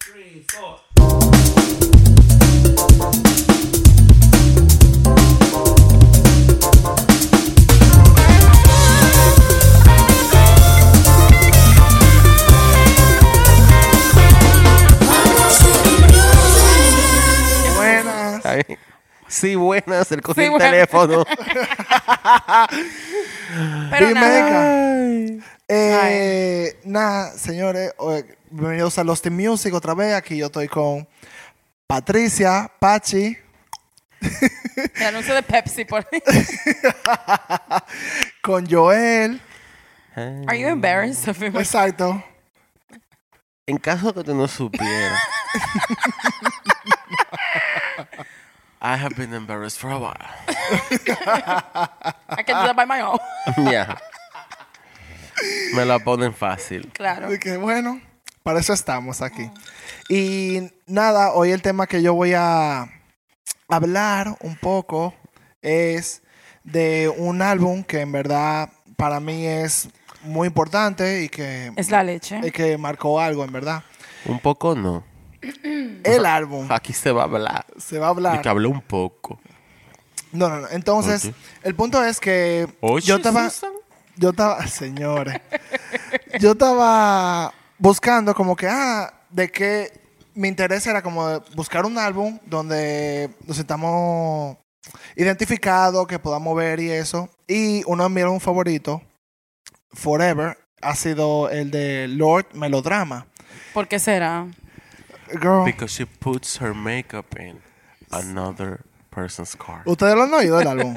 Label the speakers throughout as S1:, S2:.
S1: three, four.
S2: Buenas.
S3: Está bien. Sí, buenas, el cogió
S4: Sí,
S3: el
S4: buenas.
S3: teléfono.
S4: Pero
S2: Dime,
S4: nada.
S3: Ay.
S2: Eh, nada, señores, o- eh, bienvenidos a Lost in Music otra vez. Aquí yo estoy con Patricia, Pachi,
S4: El anuncio de Pepsi por
S2: con Joel.
S4: Are you embarrassed of
S2: Pues,
S4: me?
S2: Exacto.
S3: En caso que tú no supieras. I have been embarrassed for a while.
S4: I can do that by my own.
S3: Yeah. Me la ponen fácil.
S4: Claro.
S2: Así que bueno, para eso estamos aquí. Y nada, hoy el tema que yo voy a hablar un poco es de un álbum que en verdad para mí es muy importante y que,
S4: Es la leche.
S2: y que marcó algo, en verdad.
S3: Un poco no.
S2: El álbum
S3: Aquí se va a hablar.
S2: se va a
S3: Y
S2: hablar.
S3: que habló un poco.
S2: No, no, no. Entonces,
S3: Ok. Oh.
S2: el punto es que
S3: Oye,
S2: yo estaba.
S3: Susan.
S2: Yo estaba. Señores. yo estaba buscando como que, ah, de que mi interés era como buscar un álbum donde nos sentamos identificados, que podamos ver y eso. Y uno de mis álbumes favoritos, Forever, ha sido el de Lord Melodrama.
S4: ¿Por qué será?
S2: Girl.
S3: Because she puts her makeup in another person's car.
S2: ¿Ustedes lo han oído el álbum?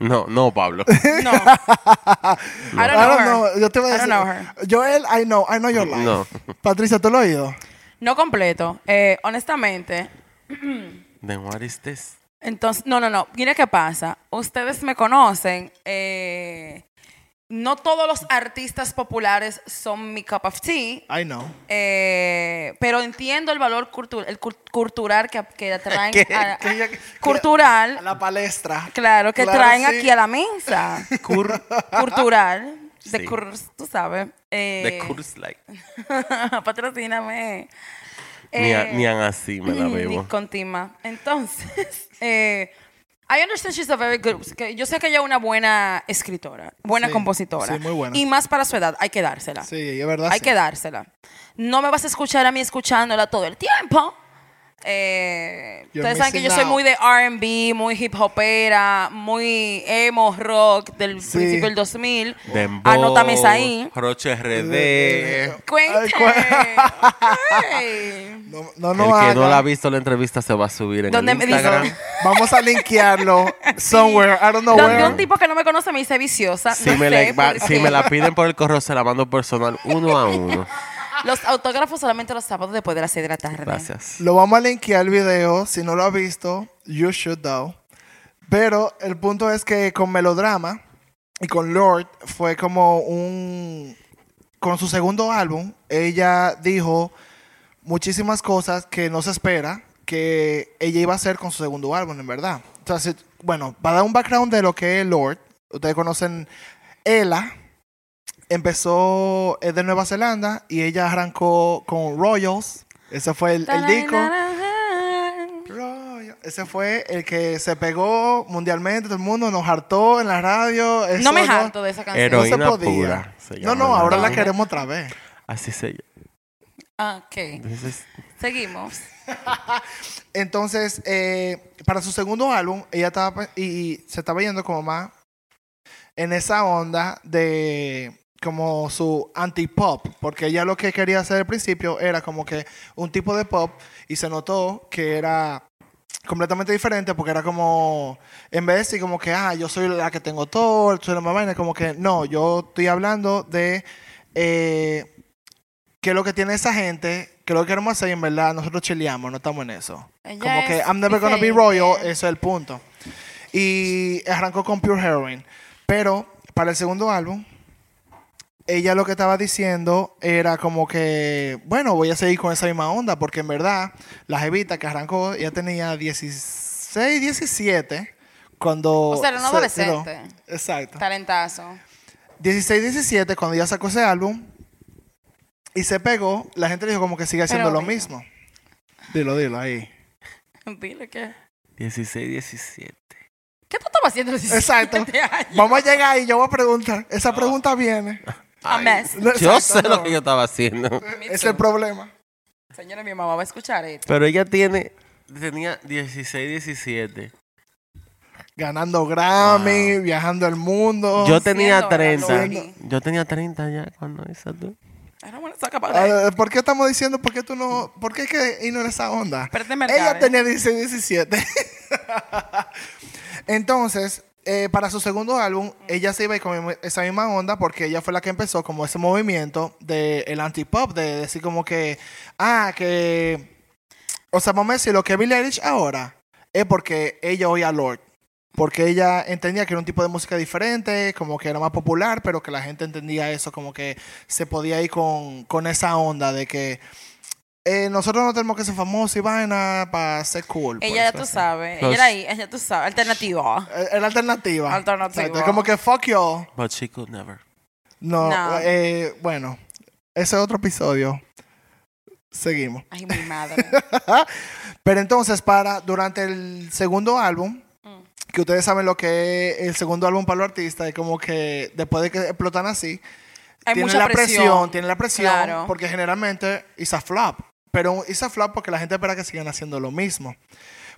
S3: No, no, Pablo.
S4: No. I don't know. her.
S2: Yo te voy a
S4: I
S2: decir.
S4: don't know her.
S2: Joel, I know. I know your life.
S3: No.
S2: Patricia, ¿tú lo has oído?
S4: No completo. Eh, honestamente,
S3: Then what is this?
S4: entonces, no, no, no. Mira qué pasa. Ustedes me conocen. eh, no todos los artistas populares son mi cup of tea.
S2: I know.
S4: Eh, pero entiendo el valor cultu- el cul- cultural que, que traen
S3: ¿Qué?
S4: a-
S2: Que ella- que-
S4: cultural
S2: A la palestra.
S4: claro que
S2: Claro,
S4: traen
S2: sí.
S4: aquí a la mesa cultural de
S3: Sí.
S4: curs- tú sabes
S3: The
S4: eh,
S3: curse like.
S4: patrocíname
S3: Ni, a-
S4: Eh,
S3: ni an así me la
S4: Mm,
S3: bebo.
S4: y con Tima. Entonces, eh, I understand she's a very good. que Yo sé que ella es una buena escritora, buena
S2: Sí,
S4: compositora.
S2: sí, muy buena.
S4: Y más para su edad, hay que dársela.
S2: Sí, es verdad.
S4: hay
S2: sí.
S4: que dársela. No me vas a escuchar a mí escuchándola todo el tiempo. Eh,
S2: You're
S4: ustedes saben que
S2: missing
S4: yo soy
S2: out.
S4: muy de RB, muy hip hopera, muy emo rock del
S2: Sí.
S4: principio del 2000.
S3: Dembow,
S4: Anótame esa ahí.
S3: Roche RD.
S2: Eh,
S4: Cuéntame.
S2: Ay, cua-
S4: Ay.
S2: No, no,
S3: El
S2: no,
S3: que no
S2: haga.
S3: la ha visto la entrevista se va a subir en el
S4: ¿Dónde me dijo?
S3: Instagram.
S2: Vamos a linkearlo somewhere. I don't know
S4: Donde
S2: where.
S4: un tipo que no me conoce me dice viciosa.
S3: Si,
S4: no
S3: me, la,
S4: sé
S3: va-
S4: por
S3: si
S4: qué.
S3: me la piden por el correo, se la mando personal uno a uno.
S4: Los autógrafos solamente los sábados después de las 6 de la tarde.
S3: Gracias.
S2: Lo vamos a linkear el video. Si no lo has visto, you should know. Pero el punto es que con Melodrama y con Lord fue como un... Con su segundo álbum, ella dijo muchísimas cosas que no se espera que ella iba a hacer con su segundo álbum, en verdad. Entonces, bueno, para dar un background de lo que es Lord, ustedes conocen Ella, empezó es de Nueva Zelanda y ella arrancó con Royals. Ese fue el, el disco. Royal. Ese fue el que se pegó mundialmente, todo el mundo nos hartó en la radio. eso
S4: No me harto de esa canción.
S3: Hero- Heroína pura, se
S2: No,
S3: llama
S2: no,
S3: la
S2: ahora la
S3: banda.
S2: queremos otra vez.
S3: Así se.
S4: Ah, Ok.
S3: this is-
S4: Seguimos.
S2: Entonces, eh, para su segundo álbum, ella estaba pe- y, y se estaba yendo como más en esa onda de como su anti-pop, porque ella lo que quería hacer al principio era como que un tipo de pop y se notó que era completamente diferente porque era como en vez de decir como que ah yo soy la que tengo todo soy la más vaina como que no yo estoy hablando de eh, qué es lo que tiene esa gente que lo que queremos hacer y en verdad nosotros chileamos no estamos en eso
S4: Ella
S2: como que
S4: es
S2: I'm never gonna be
S4: diferente.
S2: royal ese es el punto y arrancó con Pure Heroin pero para el segundo álbum ella lo que estaba diciendo era como que, bueno, voy a seguir con esa misma onda, porque en verdad, la jevita que arrancó, ya tenía 16, 17, cuando...
S4: O sea, era una
S2: se-
S4: adolescente.
S2: no, exacto.
S4: Talentazo.
S2: 16, 17, cuando ya sacó ese álbum, y se pegó, la gente dijo como que sigue haciendo
S4: Pero
S2: lo
S4: mira.
S2: mismo. Dilo, dilo, ahí.
S4: Dile que.
S3: 16, 17.
S4: ¿Qué tú estabas haciendo a los 17
S2: Exacto.
S4: años?
S2: Vamos a llegar ahí, yo voy a preguntar. Esa pregunta viene.
S4: A mes.
S2: No,
S3: Ah. Yo
S2: exacto,
S3: sé lo
S2: no.
S3: que yo estaba haciendo.
S2: Es el problema.
S4: Señora, mi mamá va a escuchar esto.
S3: Pero ella tiene. Tenía 16, 17.
S2: Ganando Grammy, viajando el mundo.
S3: Yo tenía
S4: Siendo, era
S3: 30.
S4: Lori.
S3: Yo tenía 30 ya cuando hice tú.
S4: I don't wanna talk about that.
S2: Ah, ¿Por qué estamos diciendo? ¿Por qué tú no? ¿Por qué es que y no en esa onda?
S4: Espérate,
S2: Ella
S4: Mercader.
S2: tenía 16, 17. Entonces, eh, para su segundo álbum, ella se iba a ir con esa misma onda porque ella fue la que empezó como ese movimiento del el anti-pop, de decir como que, ah, que... O sea, vamos a decir, lo que Billie Eilish ahora es porque ella oía Lord. Porque ella entendía que era un tipo de música diferente, como que era más popular, pero que la gente entendía eso, como que se podía ir con, con esa onda de que eh, nosotros no tenemos que ser famosos y vaina para ser cool. por
S4: Ella ya
S2: eso
S4: tú
S2: así.
S4: sabes.
S3: Los-
S4: Ella era ahí, ella tú sabes. Alternativa.
S2: Eh, Es la alternativa.
S4: Alternativa.
S2: Exacto, Es como que fuck you.
S3: But she could never.
S2: No,
S4: No.
S2: eh, bueno, ese es otro episodio. Seguimos.
S4: Ay, mi madre.
S2: ¿Ah? Pero entonces, para durante el segundo álbum,
S4: Mm.
S2: que ustedes saben lo que es el segundo álbum para los artistas, es como que después de que explotan así,
S4: Hay
S2: tiene
S4: mucha
S2: la
S4: presión.
S2: presión, tiene la presión,
S4: Claro.
S2: porque generalmente es a flop. Pero un- es a flop porque la gente espera que sigan haciendo lo mismo.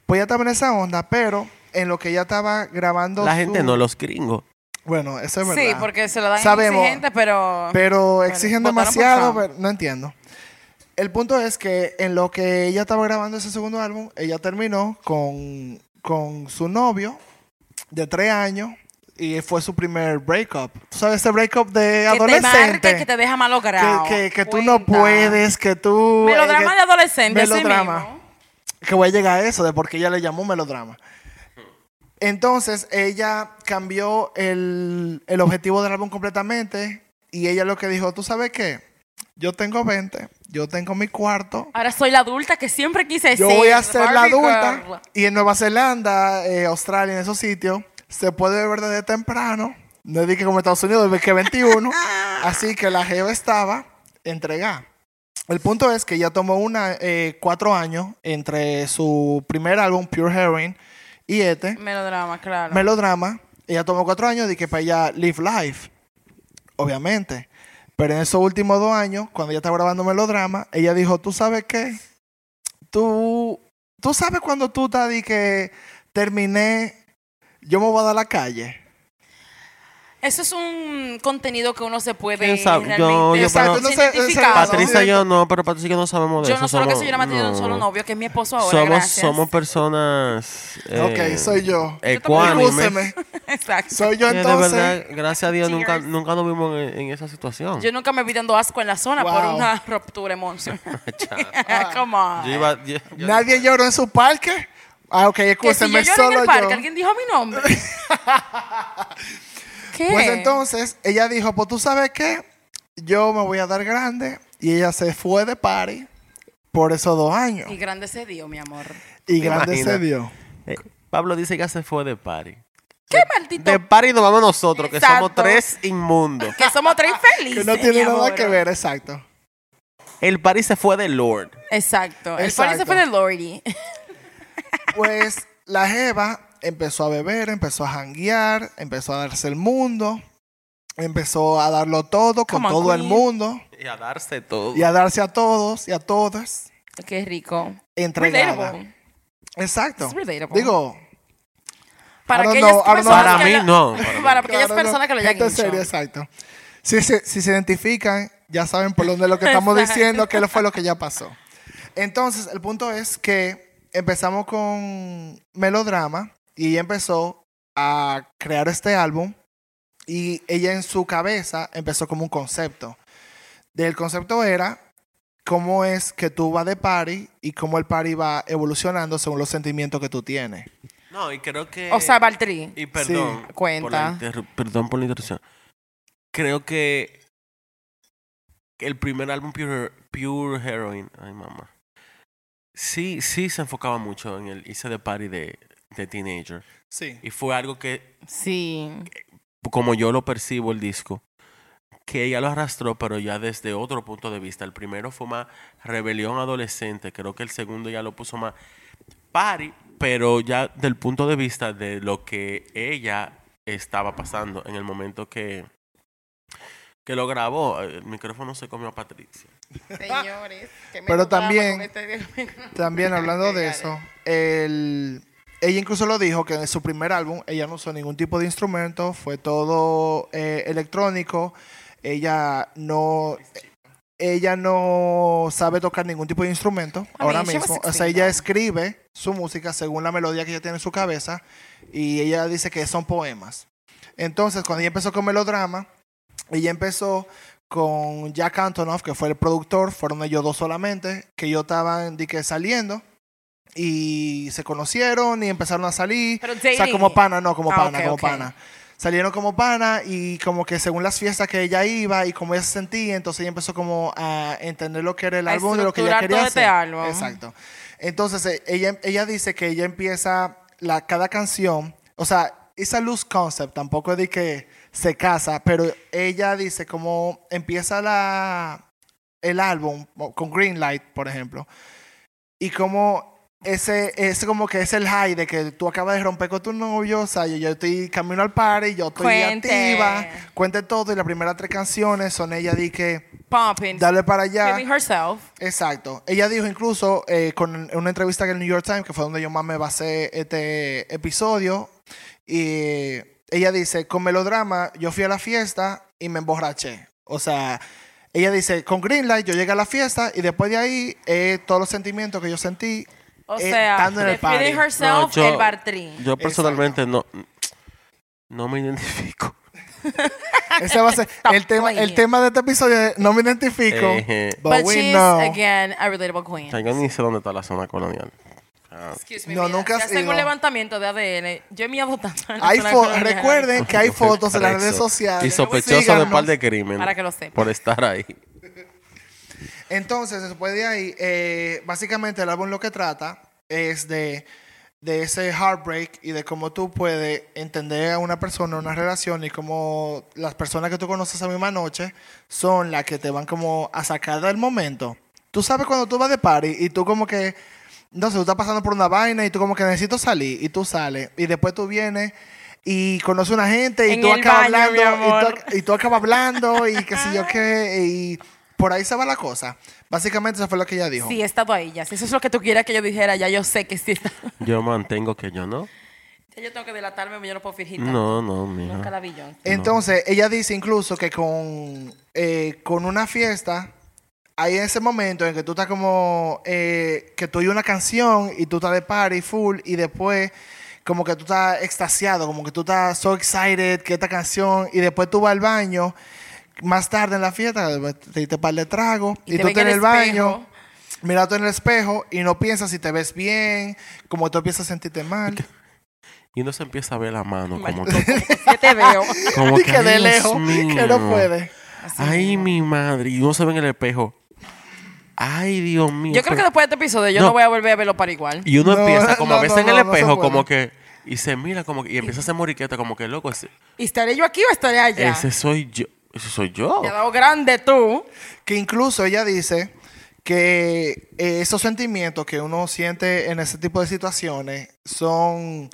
S2: Pues ya estaba en esa onda, pero en lo que ya estaba grabando.
S3: La
S2: su-
S3: gente no, los gringos.
S2: Bueno, eso es verdad.
S4: Sí, porque se lo dan
S2: Sabemos.
S4: exigente, pero...
S2: Pero exigen
S4: votaron por
S2: demasiado,
S4: Trump.
S2: pero no entiendo. El punto es que en lo que ella estaba grabando ese segundo álbum, ella terminó con, con su novio de tres años y fue su primer breakup. ¿Tú sabes ese breakup de
S4: que te
S2: adolescente?
S4: marca, que te deja malogrado.
S2: que, que- que tú no
S4: Cuenta.
S2: puedes, que tú...
S4: Melodrama
S2: eh,
S4: de adolescente, así
S2: melodrama.
S4: mismo.
S2: que, que voy a llegar a eso, de por qué ella le llamó melodrama. Entonces, ella cambió el, el objetivo del álbum completamente y ella lo que dijo, ¿tú sabes qué? Yo tengo 20, yo tengo mi cuarto,
S4: Ahora soy la adulta que siempre quise ser.
S2: yo voy a ser la
S4: Barbie
S2: adulta.
S4: girl.
S2: Y en Nueva Zelanda, eh, Australia, en esos sitios, se puede beber desde temprano. No es de que como Estados Unidos, desde que 21. Así que la jeva estaba entregada. El punto es que ya tomó una, eh, cuatro años entre su primer álbum, Pure Heroin, y este,
S4: Melodrama, claro.
S2: Melodrama. Ella tomó cuatro años de que para ella live life, obviamente. Pero en esos últimos dos años, cuando ella estaba grabando Melodrama, ella dijo, ¿tú sabes qué? Tú, tú sabes cuando tú estás de que terminé, yo me voy a dar a la calle.
S4: Eso es un contenido que uno se puede
S3: ¿Quién sabe?
S4: realmente
S3: Yo- yo-
S2: Exacto,
S3: pero-
S2: entonces-
S4: identificado.
S3: Patricia y yo no, pero Patricia y yo no sabemos de
S4: Yo
S3: eso.
S4: no solo que
S3: somos-
S4: soy yo la mantenida de un solo
S3: no.
S4: novio, que es mi esposo ahora,
S3: somos,
S4: gracias.
S3: somos personas. eh,
S2: ok, soy yo.
S3: Ecuánimes.
S2: Escúcheme,
S4: Exacto.
S2: Soy yo
S3: Que de
S2: entonces.
S3: verdad, gracias a Dios, nunca,
S4: Cheers.
S3: nunca nos vimos en, en esa situación.
S4: Yo nunca me vi dando asco en la zona por
S2: Wow. Ah.
S4: una ruptura emocional. Come on.
S3: Yo iba- yo- yo-
S2: Nadie lloró en su parque. Ah, ok,
S4: que si yo
S2: escúcheme,
S4: lloré en
S2: solo
S4: el parque,
S2: yo.
S4: alguien dijo mi nombre. ¿Qué?
S2: Pues entonces ella dijo, pues tú sabes qué, yo me voy a dar grande. Y ella se fue de party por esos dos años.
S4: Y grande se dio, mi amor.
S2: Y grande
S3: imaginas?
S2: se dio.
S3: Eh, Pablo dice que ya se fue de party.
S4: Qué maldito.
S3: De party nos vamos nosotros, que
S4: Exacto.
S3: somos tres inmundos.
S4: Que somos tres
S2: Que
S4: infelices.
S2: no
S4: mi
S2: tiene nada
S4: amor.
S2: que ver, exacto.
S3: El party se fue de Lord.
S4: Exacto. El party se
S2: Exacto.
S4: fue de Lordy.
S2: Pues la Jeva empezó a beber, empezó a janguear, empezó a darse el mundo, empezó a darlo todo con
S4: Come on,
S2: todo el
S4: queen.
S2: mundo
S3: Y a darse todo.
S2: y a darse a todos y a todas
S4: Qué rico.
S2: entregada.
S4: Relatable.
S2: Exacto.
S4: It's relatable.
S2: Digo, I
S4: Para
S2: don't
S4: aquellas
S2: know, I don't know.
S4: personas
S3: Para
S4: que
S3: mí
S4: lo-
S3: no.
S4: Para aquellas
S2: Claro, no.
S4: personas que lo hayan
S2: Gente seria,
S4: hecho.
S2: exacto. Si se, si se identifican, ya saben por dónde es lo que estamos
S4: Exacto.
S2: diciendo, qué fue lo que ya pasó. Entonces, el punto es que empezamos con melodrama y ella empezó a crear este álbum y ella en su cabeza empezó como un concepto. Del concepto era cómo es que tú vas de party y cómo el party va evolucionando según los sentimientos que tú tienes.
S3: No, y creo que.
S4: O sea, Valtteri.
S3: Y perdón.
S4: Sí.
S3: por la
S4: Cuenta.
S3: interru- perdón por la interrupción. Creo que el primer álbum Pure, Pure Heroin, ay mamá. Sí, sí se enfocaba mucho en el hice de party de, de teenager.
S2: Sí.
S3: Y fue algo que,
S4: Sí.
S3: como yo lo percibo el disco, que ella lo arrastró, pero ya desde otro punto de vista. El primero fue más rebelión adolescente, creo que el segundo ya lo puso más party, pero ya del punto de vista de lo que ella estaba pasando en el momento que, que lo grabó. eh, El micrófono se comió a Patricia.
S1: Señores, que me
S2: Pero
S1: tocaba
S2: también-
S1: con este-
S2: También hablando de
S1: Dale.
S2: eso, el- ella incluso lo dijo que en su primer álbum ella no usó ningún tipo de instrumento, fue todo eh, electrónico, ella no... Ella no sabe tocar ningún tipo de instrumento ahora
S4: she was
S2: mismo. O sea,
S4: 16
S2: ella
S4: though.
S2: escribe su música según la melodía que ella tiene en su cabeza y ella dice que son poemas. Entonces, cuando ella empezó con melodrama, ella empezó con Jack Antonoff, que fue el productor, fueron ellos dos solamente, que yo estaban di que, saliendo y se conocieron y empezaron a salir.
S4: Pero
S2: O sea,
S4: dating.
S2: como pana, no, como
S4: Ah,
S2: pana,
S4: ok,
S2: como
S4: ok.
S2: pana. Salieron como pana y como que según las fiestas que ella iba y como ella se sentía, entonces ella empezó como a entender lo que era el
S4: A
S2: álbum, de lo que ella
S4: estructurar
S2: quería
S4: todo
S2: hacer.
S4: este álbum.
S2: Exacto. Entonces eh, ella, ella dice que ella empieza la, cada canción, o sea, esa luz concept, tampoco es de que se casa, pero ella dice como empieza la, el álbum con Greenlight, por ejemplo, y como ese es como que es el high de que tú acabas de romper con tu novio, o sea, yo, yo estoy camino al party, yo estoy
S4: Cuente.
S2: activa, cuente todo y las primeras tres canciones son ella di que
S4: Pumping.
S2: dale para allá.
S4: Feeling herself.
S2: Exacto. Ella dijo incluso eh, con en una entrevista en el New York Times, que fue donde yo más me basé este episodio, y ella dice, con melodrama yo fui a la fiesta y me emborraché. O sea, ella dice, con Greenlight yo llegué a la fiesta y después de ahí eh, todos los sentimientos que yo sentí
S4: O
S2: eh,
S4: sea,
S2: estando en el
S4: the feeling
S2: party.
S4: herself,
S3: No, yo-
S4: el bartrín.
S3: Yo personalmente no, no me identifico.
S2: Ese va a ser el tema, el
S4: playing.
S2: tema de este episodio. es, No me identifico.
S3: Eje.
S2: but
S4: But
S2: we
S4: she's,
S2: know.
S4: again, a relatable queen.
S3: O sea, yo ni sé dónde está la zona colonial. Ah,
S4: Excuse me,
S2: No,
S4: mira,
S2: nunca
S4: si
S2: has
S4: hacen
S2: ido.
S4: un levantamiento de ADN. Yo he miado tanto. en la
S2: Hay
S4: zona
S2: fo-
S4: colonial.
S2: recuerden que hay fotos en las redes
S3: Correcto.
S2: sociales. pues
S3: Y sospechoso de
S2: Síganos.
S3: par de crimen.
S4: Para que lo sepa.
S3: Por estar ahí.
S2: Entonces, después de ahí, eh, básicamente el álbum lo que trata es de, de ese heartbreak y de cómo tú puedes entender a una persona, una relación y cómo las personas que tú conoces esa misma noche son las que te van como a sacar del momento. Tú sabes cuando tú vas de party y tú como que, no sé, tú estás pasando por una vaina y tú como que necesito salir y tú sales y después tú vienes. Y conoces una gente y
S4: En
S2: tú
S4: el
S2: acabas
S4: baño, mi
S2: hablando y tú,
S4: amor.
S2: ac- y tú acabas hablando y qué sé yo qué, y por ahí se va la cosa. Básicamente eso fue lo que ella dijo.
S4: Sí, he estado ahí ya. Si eso es lo que tú quieras que yo dijera, ya yo sé que sí.
S3: Yo mantengo que yo no.
S4: Ya yo tengo que delatarme, yo no puedo fingir. tanto.
S3: No, no, mija.
S4: Nunca la vi yo.
S2: Entonces, ella dice incluso que con, eh, con una fiesta, hay ese momento en que tú estás como, eh, que tú oyes una canción y tú estás de party full y después como que tú estás extasiado, como que tú estás so excited que esta canción y después tú vas al baño. Más tarde en la fiesta, te diste par de trago y,
S4: Y te
S2: tú
S4: ven
S2: estás en
S4: en
S2: el
S4: el
S2: baño,
S4: espejo.
S2: mira tú en el espejo y no piensas si te ves bien, como tú empiezas a sentirte mal.
S3: Y uno se empieza a ver la mano como que...
S4: Maldito, como que sí te veo.
S3: Como
S2: y
S3: que,
S2: que de
S3: "Dios
S2: lejos, que no
S3: mío".
S2: puede.
S3: Ay, mi madre. Y uno se ve en el espejo. Ay, Dios mío.
S4: Yo creo que
S3: Pero-
S4: después de este episodio yo
S3: No.
S4: no, voy a volver a verlo para igual.
S3: Y uno
S2: No,
S3: empieza como
S2: no,
S3: a veces
S2: no,
S3: en el
S2: no, no se
S3: espejo,
S2: puede.
S3: como que... Y se mira como que... Y empieza a hacer moriqueta, como que, loco, ese,
S4: ¿Y estaré yo aquí o estaré allá?
S3: ese soy yo. Ese soy yo.
S4: Te ha dado grande tú.
S2: Que incluso ella dice que eh, esos sentimientos que uno siente en ese tipo de situaciones son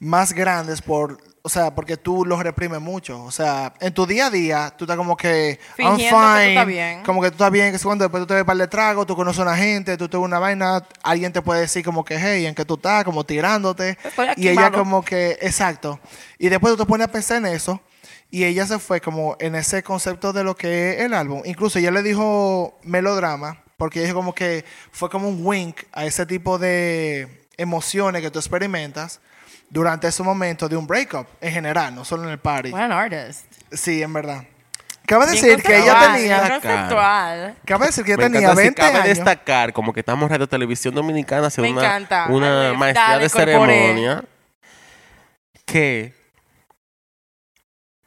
S2: más grandes por, o sea, porque tú los reprimes mucho. O sea, en tu día a día, tú estás como que
S4: Fingiendo que tú estás bien.
S2: como que tú estás bien, que es cuando después tú te ves par de trago, tú conoces a una gente, tú te ves una vaina, alguien te puede decir como que, hey, ¿en qué tú estás? Como tirándote.
S4: Estoy aquí,
S2: y ella
S4: mano.
S2: como que, exacto. Y después tú te pones a pensar en eso. Y ella se fue como en ese concepto de lo que es el álbum. Incluso ella le dijo melodrama, porque ella dijo como que fue como un wink a ese tipo de emociones que tú experimentas durante ese momento de un breakup en general, no solo en el party.
S4: What an artist.
S2: Sí, en verdad. Cabe
S4: Bien
S2: decir que ella
S4: conceptual, bien
S2: tenía,
S4: conceptual.
S2: cabe decir que ella
S3: Me
S2: tenía
S3: encanta, si
S2: 20
S3: cabe
S2: años.
S3: destacar, como que estamos en Radio Televisión Dominicana haciendo
S4: Me
S3: una,
S4: encanta.
S3: una
S4: Dale,
S3: maestría
S4: dale,
S3: de
S4: incorporé.
S3: ceremonia que,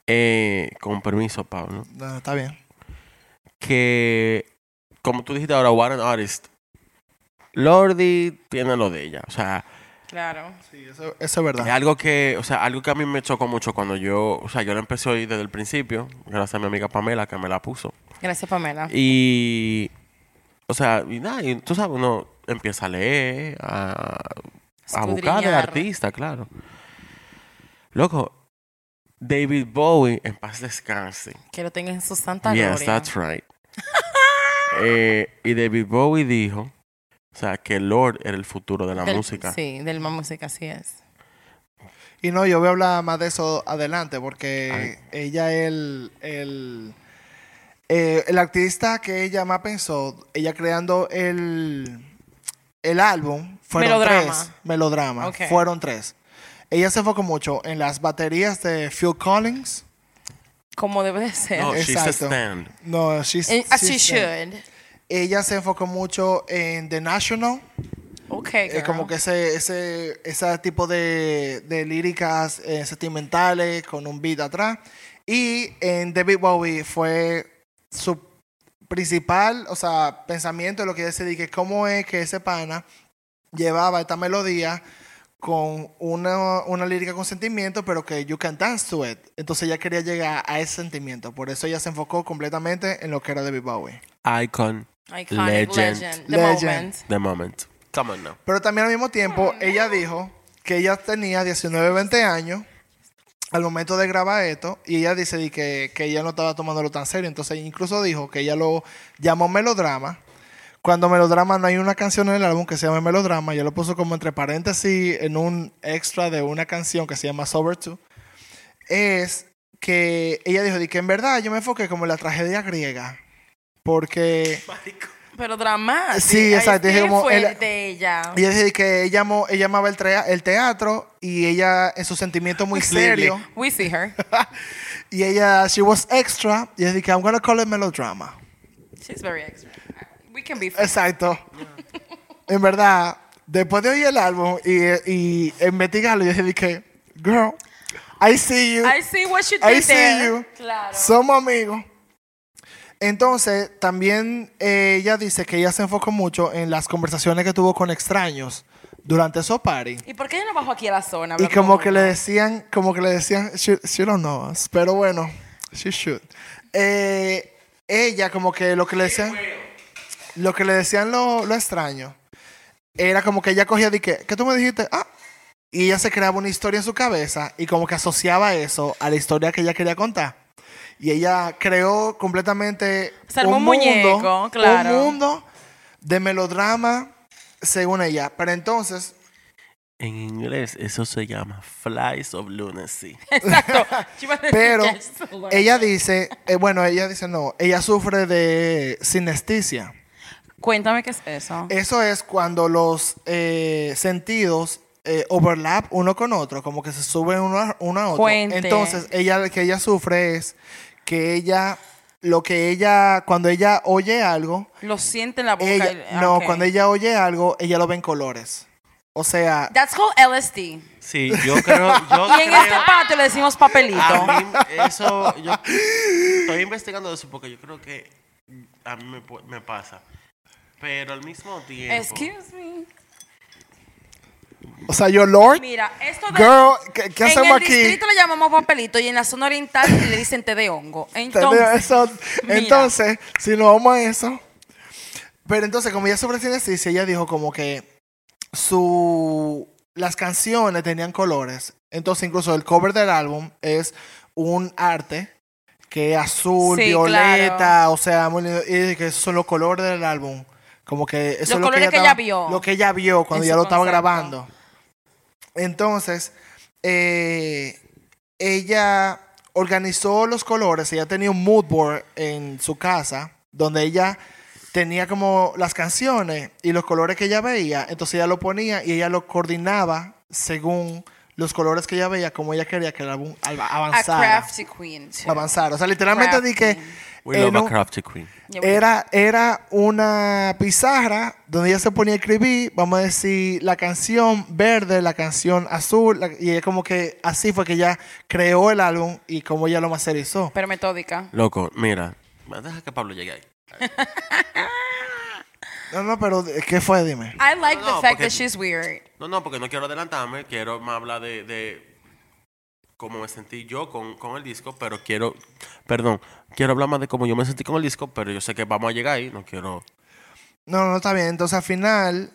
S3: eh, con permiso, Pablo,
S2: No, está bien.
S3: que, como tú dijiste ahora, Warren Artist, Lordi tiene lo de ella. O sea,
S4: Claro.
S2: Sí, eso, eso es verdad.
S3: Es algo que, o sea, algo que a mí me chocó mucho cuando yo, o sea, yo lo empecé a oír desde el principio, gracias a mi amiga Pamela que me la puso.
S4: Gracias, Pamela.
S3: Y, o sea, y nada, y tú sabes, uno empieza a leer, a, a buscar de
S4: Escudriñar.
S3: artista, claro. Loco, David Bowie, en paz descanse.
S4: Que lo tengan en su santa
S3: yes,
S4: gloria.
S3: that's right. Eh, y David Bowie dijo, o sea, que Lord era el futuro de la
S4: Del-
S3: música.
S4: Sí, del más música, así es.
S2: Y no, yo voy a hablar más de eso adelante, porque ella es el, el, eh, el artista que ella más pensó, ella creando el, el álbum, fueron
S4: Melodrama.
S2: tres. Melodrama.
S4: Ok.
S2: Fueron tres. Ella se enfocó mucho en las baterías de Phil Collins.
S4: Como debe de ser.
S3: No, she's a
S2: Exacto.
S3: stand.
S2: No, she's,
S4: Eh, As
S2: she's
S4: she
S2: dead.
S4: should.
S2: Ella se enfocó mucho en The National.
S4: Ok,
S2: eh,
S4: girl.
S2: como que ese, ese, ese tipo de, de líricas eh, sentimentales con un beat atrás. Y en David Bowie fue su principal, o sea, pensamiento de lo que decidí, que cómo es que ese pana llevaba esta melodía con una, una lírica con sentimiento, pero que you can dance to it. Entonces ella quería llegar a ese sentimiento. Por eso ella se enfocó completamente en lo que era David Bowie.
S3: Icon,
S4: Iconic legend.
S3: Legend.
S4: The
S2: Legend.
S4: moment.
S3: the moment. Come on now.
S2: Pero también al mismo tiempo, ella dijo que ella tenía 19, 20 años al momento de grabar esto y ella dice di que, que ella no estaba tomándolo tan serio. Entonces incluso dijo que ella lo llamó melodrama. Cuando melodrama no hay una canción en el álbum que se llama melodrama, ella lo puso como entre paréntesis en un extra de una canción que se llama Sober 2. Es que ella dijo di que en verdad yo me enfoqué como en la tragedia griega. Porque
S4: Pero dramático.
S2: Sí,
S4: Ay,
S2: exacto,
S4: ¿qué
S2: es como
S4: fue
S2: el-
S4: de ella?
S2: ella dice que ella, amó- ella amaba el, trea- el teatro y ella, en su sentimiento muy serio,
S4: We see her.
S2: y ella, she was extra, y ella dice que I'm gonna call it melodrama.
S4: She's very extra. We can be friends.
S2: Exacto. en verdad, después de oír el álbum y, y investigarlo, yo dije que, girl, I see you.
S4: I see what you did
S2: I see
S4: there.
S2: you.
S4: Claro.
S2: Somos amigos. Entonces, también eh, ella dice que ella se enfocó mucho en las conversaciones que tuvo con extraños durante esos party.
S4: ¿Y por qué ella no bajó aquí a la zona? a
S2: Y
S4: hablar
S2: como
S4: con
S2: que le
S4: uno?
S2: decían, como que le decían, she, she don't know us, pero bueno, she should. Eh, ella como que lo que le decían, lo que le decían lo, lo extraño, era como que ella cogía de que, ¿qué tú me dijiste? Ah, y ella se creaba una historia en su cabeza y como que asociaba eso a la historia que ella quería contar. Y ella creó completamente
S4: Se armó un muñeco,
S2: mundo,
S4: claro.
S2: un mundo de melodrama según ella. Pero entonces
S3: En inglés eso se llama Flies of Lunacy.
S4: Exacto. She was a
S2: Pero
S4: suggestion.
S2: ella dice, eh, bueno, ella dice no, ella sufre de sinestesia.
S4: Cuéntame qué es eso.
S2: Eso es cuando los eh, sentidos eh, overlap uno con otro, como que se suben uno a, uno a otro.
S4: Cuente.
S2: Entonces, ella lo que ella sufre es que ella, lo que ella, cuando ella oye algo,
S4: Lo siente en la boca.
S2: ella,
S4: y-
S2: no,
S4: ok.
S2: cuando ella oye algo, ella lo ve en colores. O sea,
S4: That's called LSD.
S3: Sí, yo creo, yo
S2: Ah,
S4: Y en
S3: creo-
S4: este patio le decimos papelito.
S3: a mí Ah, eso, yo estoy investigando eso porque yo creo que a mí me, pu- me pasa. Pero al mismo tiempo,
S4: Excuse me.
S2: o sea, yo Lord,
S4: Mira, esto de...
S2: girl, ¿qué, qué
S4: en el
S2: hacemos aquí?
S4: distrito le llamamos papelito y en la zona oriental le dicen té de hongo.
S2: Entonces,
S4: Entonces, mira.
S2: entonces, si nos vamos a eso. Pero entonces, como ella sobre sinestesia, ella dijo como que su las canciones tenían colores. Entonces, incluso el cover del álbum es un arte que es azul,
S4: Sí,
S2: violeta,
S4: claro.
S2: o sea, muy lindo. Y dice que esos son los colores del álbum. Como que eso
S4: Los
S2: es lo
S4: colores
S2: que, ella,
S4: que ella
S2: estaba-
S4: vio.
S2: Lo que ella vio cuando
S4: En
S2: ya
S4: su
S2: lo estaba
S4: concepto.
S2: grabando. Entonces, eh, ella organizó los colores. Ella tenía un mood board en su casa donde ella tenía como las canciones y los colores que ella veía. Entonces ella lo ponía y ella lo coordinaba según los colores que ella veía, como ella quería que el álbum av-
S4: a
S2: avanzara.
S4: crafty queen. too.
S2: Avanzara. O sea, literalmente di que
S4: Crafty.
S3: we
S2: en
S3: love a
S2: un-
S3: crafty queen.
S4: Yeah, we-
S2: era, era una pizarra donde ella se ponía a escribir, vamos a decir, la canción verde, la canción azul, la- y ella como que así fue que ella creó el álbum y como ella lo masterizó.
S4: Pero metódica.
S3: Loco, mira, deja que Pablo llegue ahí.
S2: No, no, pero eh, ¿qué fue? Dime.
S4: I like
S3: No,
S4: the fact
S3: porque-
S4: that she's weird.
S3: No, no, porque no quiero adelantarme, quiero más hablar de, de cómo me sentí yo con, con el disco, pero quiero, perdón, quiero hablar más de cómo yo me sentí con el disco, pero yo sé que vamos a llegar ahí, no quiero...
S2: No, no, está bien. Entonces al final,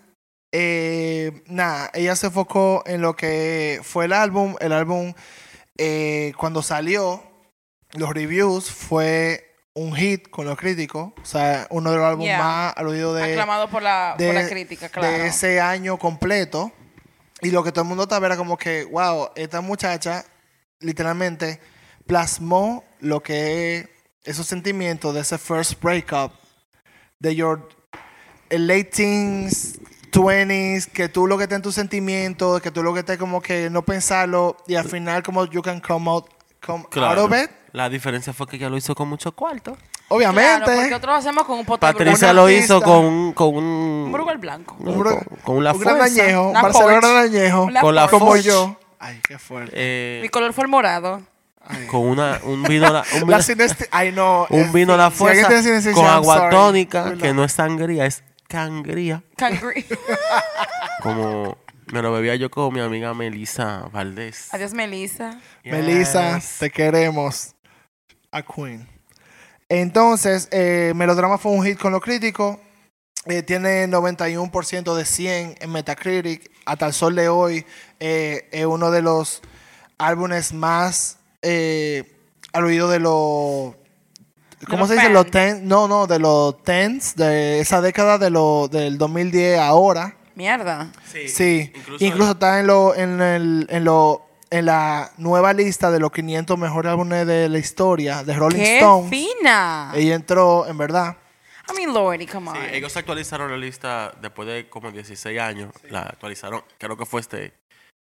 S2: eh, nada, ella se enfocó en lo que fue el álbum. El álbum, eh, cuando salió, los reviews fue un hit con los críticos. O sea, uno de los álbumes
S4: Yeah.
S2: más aludidos de,
S4: Aclamado por la,
S2: de-
S4: por la crítica, claro.
S2: de ese año completo. Y lo que todo el mundo estaba era como que, wow, esta muchacha literalmente plasmó lo que es esos sentimientos de ese first breakup, de your late teens, 20s, que tú lo que estés en tus sentimientos, que tú lo que estés como que no pensarlo y al final como you can come out, come out of it.
S3: La diferencia fue que ella lo hizo con mucho cuarto.
S2: Obviamente.
S4: Claro, porque otros lo hacemos con un pote de
S3: Patricia
S2: Una
S4: Brugal-
S3: lo hizo
S2: artista.
S3: con, un- con un...
S4: un Brugal blanco.
S3: no,
S2: un bro-
S3: con, con la
S2: un gran
S3: fuerza.
S2: añejo, un
S4: Una
S2: Barcelona
S4: Porsche.
S2: añejo,
S4: Una
S3: Con la
S4: Porsche.
S2: como
S3: Porsche.
S2: yo. Ay, qué fuerte.
S3: eh,
S4: Mi color fue el morado.
S3: con una, un vino... la- un
S2: La
S3: vino-
S2: sinesti- Ay, no.
S3: un
S2: es-
S3: vino a la
S2: si alguien
S3: fuerza
S2: tiene sinestesia,
S3: con
S2: I'm
S3: agua
S2: sorry.
S3: tónica,
S2: Uy,
S3: que no es sangría, es cangría.
S4: Cangre-
S3: Como me lo bebía yo con mi amiga Melissa Valdés.
S4: Adiós, Melissa.
S2: Melissa,
S3: Yes.
S2: te queremos. A Queen. Entonces, eh, Melodrama fue un hit con los críticos. Eh, tiene 91% de 100 en Metacritic. Hasta el sol de hoy eh, es uno de los álbumes más eh, al oído de los... ¿Cómo
S4: los
S2: se dice? Los
S4: fans.
S2: ten, no, no, de los tens, de esa década de lo, del 2010 ahora.
S4: Mierda.
S2: Sí, incluso, está en lo en el en lo en la nueva lista de los 500 mejores álbumes de la historia de Rolling
S4: ¡Qué
S2: Stone.
S4: fina!
S2: Ella entró, en verdad.
S4: I mean, Lordy, come on.
S3: Sí, ellos actualizaron la lista después de como 16 años. La actualizaron, creo que fue este.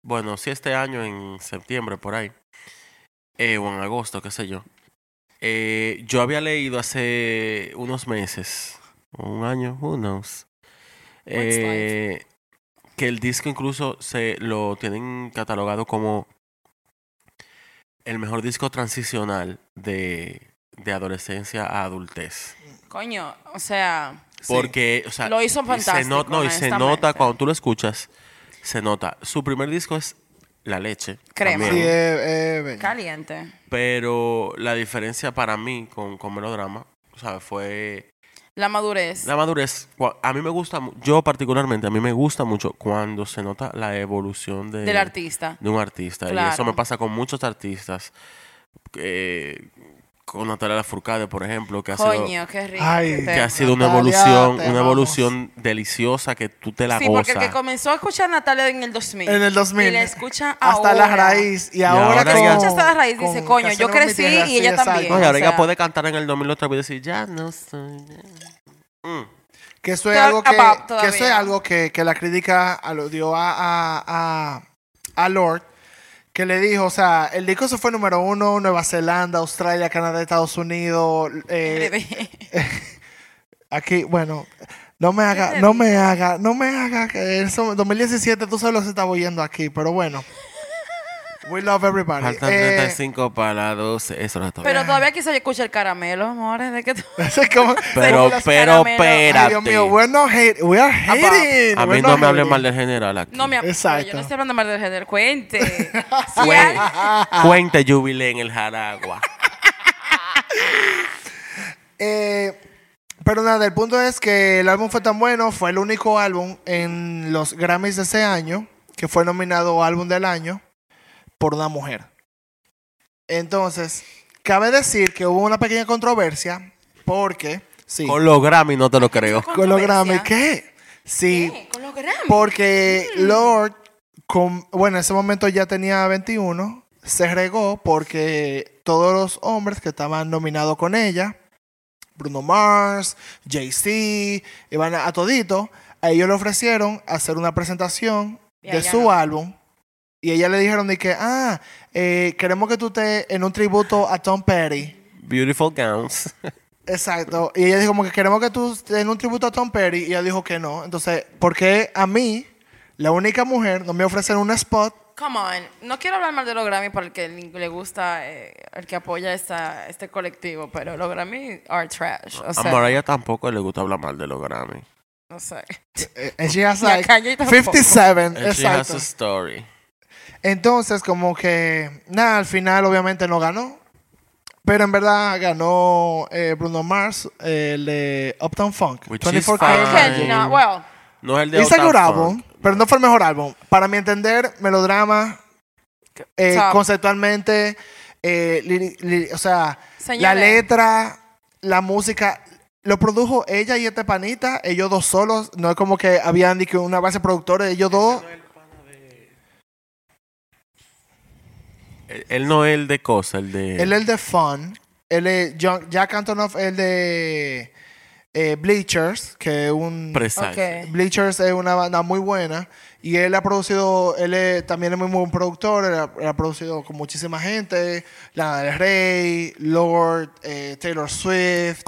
S3: Bueno, sí, este año en septiembre, por ahí. Eh, o en agosto, qué sé yo. Eh, yo había leído hace unos meses, o un año, who knows. eh, que el disco incluso se lo tienen catalogado como el mejor disco transicional de, de adolescencia a adultez.
S4: Coño, o sea,
S3: Porque, o sea,
S4: Lo hizo
S3: y se
S4: fantástico,
S3: not- no, y se nota
S4: honestamente.
S3: cuando tú lo escuchas, se nota. Su primer disco es La Leche.
S4: Crema.
S2: Sí,
S3: también,
S2: eh, eh, bello.
S4: caliente.
S3: Pero la diferencia para mí con, con Melodrama, ¿sabes? Fue
S4: La madurez.
S3: la madurez. Cua- A mí me gusta, mu- yo particularmente, a mí me gusta mucho cuando se nota la evolución de,
S4: del artista.
S3: de un artista. Y eso
S4: Claro.
S3: me pasa con muchos artistas. eh, con Natalia Lafourcade, por ejemplo, que ha sido...
S4: Coño, qué rico.
S2: Ay,
S4: qué
S2: que
S3: que
S4: tema.
S3: ha sido una
S2: Natalia,
S3: evolución,
S2: te
S3: una
S2: amamos.
S3: evolución deliciosa que tú te la
S4: Sí, porque el que
S3: gozas.
S4: comenzó a escuchar a Natalia en el 2000.
S2: En el 2000.
S4: Y la escucha
S2: hasta
S4: ahora.
S2: la raíz y ahora,
S3: ahora
S2: con-
S3: ya-
S4: Escucha hasta la raíz, dice,
S2: con
S4: coño, yo
S2: Canción de
S4: crecí
S2: mi tierra,
S4: y
S2: sí,
S4: ella
S2: exacto.
S4: también.
S3: No, y ahora
S4: o sea-
S3: ella puede cantar en el 2000 otra vez y decir, ya no soy. ya". Mm.
S2: Que eso es
S4: Talk
S2: algo que,
S4: about
S2: que eso es
S4: todavía.
S2: algo que, que la crítica aludió a, a, a, a Lord, que le dijo, o sea, el disco se fue número uno, Nueva Zelanda, Australia, Canadá, Estados Unidos, eh, aquí, bueno, no me haga, no me haga, no me haga, que eso, 2017 tú solo se está oyendo aquí, pero bueno. We love everybody.
S3: Faltan
S2: Eh,
S3: 35 para las 12. Eso no está
S4: Pero
S3: bien.
S4: todavía quizá yo escuche el caramelo, amores. De que tú-
S2: como- como
S3: Pero,
S2: las-
S3: pero,
S4: caramelos.
S2: Ay, Dios
S3: espérate.
S2: mío, we're not hating, we are hating.
S3: A mí
S2: we're
S3: no
S2: not
S3: me hablen
S2: hating.
S3: mal del general aquí.
S4: No me
S2: Exacto.
S4: Yo no estoy hablando mal del género. Cuente. Si
S3: Cuen-
S4: hay-
S3: Cuente jubilé en el Jaragua.
S2: Eh, pero nada, el punto es que el álbum fue tan bueno, fue el único álbum en los Grammys de ese año que fue nominado álbum del año por una mujer. Entonces, cabe decir que hubo una pequeña controversia porque, sí,
S3: Con los Grammy no te lo creo.
S2: con los Grammys,
S4: Controversia.
S2: ¿qué? Sí,
S4: ¿Qué? Con los Grammys.
S2: porque
S4: Mm.
S2: Lord, con- bueno, en ese momento ya tenía 21, se regó porque todos los hombres que estaban nominados con ella, Bruno Mars, Jay-Z, iban a, a todito, a ellos le ofrecieron hacer una presentación
S4: Y
S2: de
S4: ella
S2: su
S4: no.
S2: álbum. Y ella le dijeron de que, ah, eh, queremos que tú estés en un tributo a Tom Petty.
S3: Beautiful gowns.
S2: Exacto. Y ella dijo como que queremos que tú den un tributo a Tom Petty. Y ella dijo que no. Entonces, ¿por qué a mí, la única mujer, no me ofrecen un spot?
S4: Come on. No quiero hablar mal de los Grammys para el que le gusta, eh, el que apoya esta, este colectivo, pero los Grammys are trash. O
S3: A
S4: sea,
S3: Mariah tampoco le gusta hablar mal de los Grammy.
S1: No sé.
S2: Eh, And she has
S1: La
S2: like
S1: calle tampoco.
S2: 57.
S3: And she has
S2: Exacto.
S3: a story.
S2: Entonces, como que, nada, al final obviamente no ganó. Pero en verdad ganó eh, Bruno Mars, eh, el de Uptown Funk.
S3: Which is
S2: 24
S3: fine.
S2: Karat
S4: Okay,
S3: Ay.
S2: Magic.
S4: no, well,
S3: No es el de
S2: Es algo
S3: Uptown
S2: álbum,
S3: Funk.
S2: pero no fue el mejor álbum. Para mi entender, melodrama, eh,
S4: Top.
S2: conceptualmente, eh, li- li- o sea, la
S4: Señores.
S2: letra, la música, lo produjo ella y este panita, ellos dos solos. No es como que habían ni que una base productora, ellos dos.
S3: Él- Él no es el de cosa, el de.
S2: Él es el de Fun. Él es John- Jack Antonoff, el de eh, Bleachers, que es un.
S3: Precise.
S4: ok.
S2: Bleachers es una banda muy buena y él ha producido, él es- también es muy buen productor, él ha, él ha producido con muchísima gente, Lana del Rey, Lord, eh, Taylor Swift,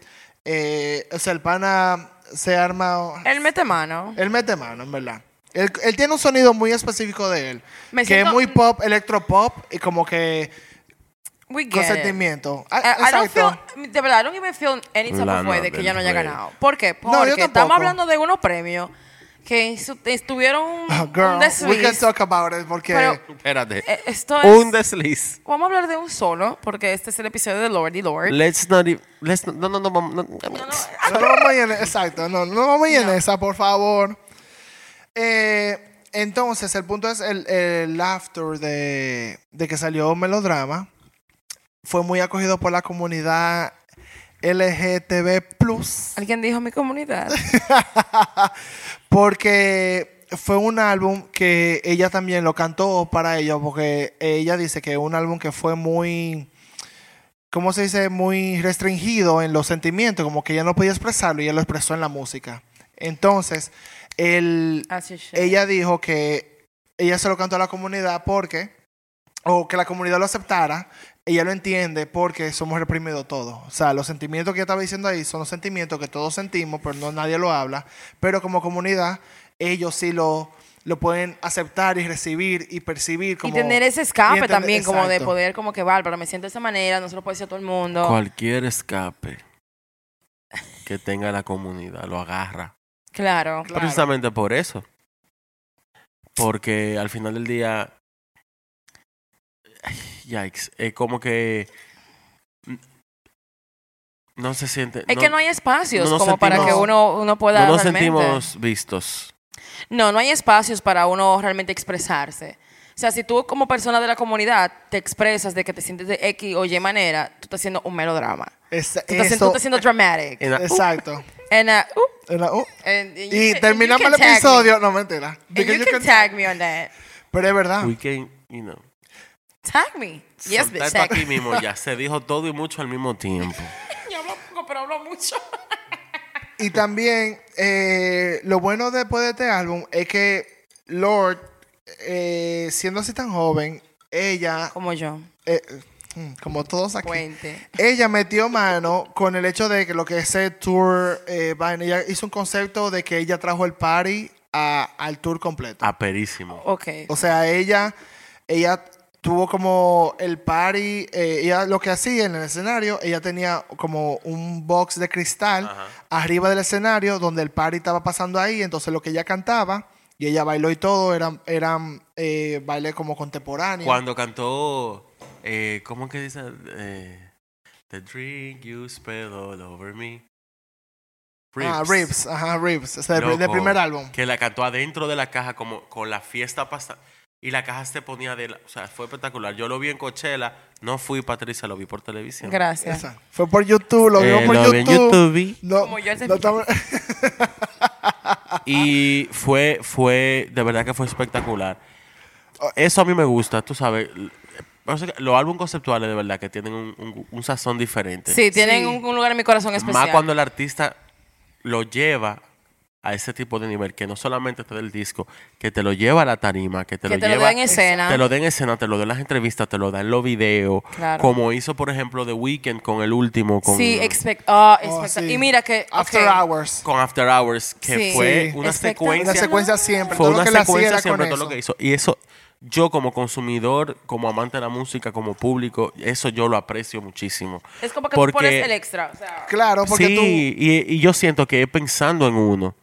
S2: eh, o sea, el pana se arma,
S4: él mete mano.
S2: él mete mano, en verdad. Él, él tiene un sonido muy específico de él,
S4: Me
S2: que
S4: siento-
S2: es muy pop, electropop y como que
S4: We get
S2: con
S4: it.
S2: sentimiento. Ah,
S4: Eh, I, I don't
S2: exacto.
S4: feel, de verdad, I don't even feel any type
S3: Lana
S4: of way de que
S3: del
S4: ella no haya
S3: Rey.
S4: ganado. ¿Por qué?
S2: No, yo
S4: Porque
S2: tampoco.
S4: estamos hablando de unos premios que su- estuvieron un-
S2: Ah,
S4: un
S2: Girl, we can
S4: desliz.
S2: talk about it porque
S4: Pero-
S3: Espérate.
S4: Eh, Esto es,
S3: Un desliz.
S4: vamos a hablar de un solo, porque este es el episodio de Lordy Lord.
S3: Let's not. e- Let's not- no, no, no, vamos- no,
S4: No, eh. no,
S2: No, no vamos a ir en- exacto, no, no vamos a ir en esa, por favor. Eh, entonces, el punto es el, el after de, de que salió Melodrama. Fue muy acogido por la comunidad LGTB
S4: Alguien dijo mi comunidad.
S2: porque fue un álbum que ella también lo cantó para ellos, porque ella dice que es un álbum que fue muy, ¿cómo se dice? Muy restringido en los sentimientos, como que ella no podía expresarlo y ella lo expresó en la música. Entonces, el,
S4: As you should.
S2: ella dijo que ella se lo cantó a la comunidad porque, o que la comunidad lo aceptara, ella lo entiende porque somos reprimidos todos. O sea, los sentimientos que ella estaba diciendo ahí son los sentimientos que todos sentimos, pero no nadie lo habla. Pero como comunidad, ellos sí lo, lo pueden aceptar y recibir y percibir como...
S4: y tener ese
S2: y
S4: escape
S2: entender-
S4: también, como de
S2: exacto.
S4: poder, como que bárbaro, me siento de esa manera, no se lo puede decir a todo el mundo.
S3: Cualquier escape que tenga la comunidad lo agarra.
S4: Claro.
S2: Claro.
S3: Precisamente por eso. Porque al final del día. Ay, Yikes. Es como que. No se siente.
S4: Es que no hay espacios
S3: no nos
S4: como para que
S3: sentimos-
S4: uno, uno pueda
S3: no nos
S4: realmente.
S3: sentimos vistos.
S4: No, no hay espacios para uno realmente expresarse. O sea, si tú como persona de la comunidad te expresas de que te sientes de X o Y manera, tú estás haciendo un melodrama.
S2: Es-
S4: Tú estás, tú
S2: eso-
S4: estás haciendo dramatic.
S3: En la-
S2: exacto.
S4: And, uh, ooh,
S2: En la- uh.
S4: and you
S2: y
S4: can-
S2: terminamos
S4: you
S2: el
S4: can tag me.
S2: episodio. No, mentira.
S4: And you,
S2: Because
S4: can,
S2: you
S4: tag me on that.
S2: Pero es verdad.
S3: we can, you know.
S4: Tag me. Ah. Yes,
S3: soltar
S4: bitch,
S3: pa'
S4: tag
S3: aquí
S4: me.
S3: mismo ya. Se dijo todo y mucho al mismo tiempo.
S4: Yo hablo poco, pero hablo mucho.
S2: Y también, eh, lo bueno después de este álbum es que Lord, eh, siendo así tan joven, ella,
S4: Como yo.
S2: eh, mm, como todos aquí,
S4: Puente.
S2: ella metió mano con el hecho de que lo que es el tour, eh, vaina, ella hizo un concepto de que ella trajo el party a- al tour completo.
S3: Aperísimo.
S4: Ok.
S2: O sea, ella, ella tuvo como el party, eh, ella lo que hacía en el escenario, ella tenía como un box de cristal arriba del escenario donde el party estaba pasando ahí, entonces lo que ella cantaba y ella bailó y todo eran eran eh, baile como contemporáneo.
S3: Cuando cantó, eh, ¿cómo que dice? Eh, The drink you spilled all over me.
S2: Ah, Rips, ajá, Rips, o sea, del
S3: Loco,
S2: del primer álbum.
S3: Que la cantó adentro de la caja, como con la fiesta pasada. Y la caja se ponía de la. O sea, fue espectacular. Yo lo vi en Coachella. No fui, Patricia, lo vi por televisión.
S4: Gracias.
S2: Esa. Fue por YouTube, lo vimos
S3: Eh,
S2: por
S3: lo vi en YouTube.
S2: No,
S4: Como yo hace
S2: no estaba-
S3: Y fue, fue, de verdad que fue espectacular. Eso a mí me gusta, tú sabes. L- o sea, Los álbumes conceptuales de verdad que tienen un, un- un sazón diferente.
S4: Sí, tienen
S2: Sí.
S4: Un, un lugar en mi corazón especial.
S3: Más cuando el artista lo lleva a ese tipo de nivel, que no solamente te da el disco, que te lo lleva a la tarima, que te
S4: que
S3: lo
S4: te lo
S3: lleva...
S4: den en escena.
S3: Te lo den en escena, te lo den en las entrevistas, te lo dan en los videos.
S4: Claro.
S3: Como hizo, por ejemplo, The Weeknd con el último, con,
S4: Sí, expect, ah,
S2: Oh,
S4: expecta-
S2: sí.
S4: Y mira que.
S2: After
S4: ok.
S2: Hours.
S3: con After Hours, que
S4: Sí.
S3: fue
S2: Sí.
S3: una
S4: Espectacular.
S3: secuencia.
S2: Una secuencia siempre,
S3: fue
S2: todo lo
S3: una
S2: que la hacía
S3: secuencia
S2: era con
S3: siempre todo lo
S2: eso.
S3: que hizo. Y eso, yo como consumidor, como amante de la música, como público, eso yo lo aprecio muchísimo.
S4: Es como que
S3: Porque-
S4: tú pones el extra. O sea,
S2: Claro, porque
S3: sí,
S2: tú
S3: y, y yo siento que es pensando en uno.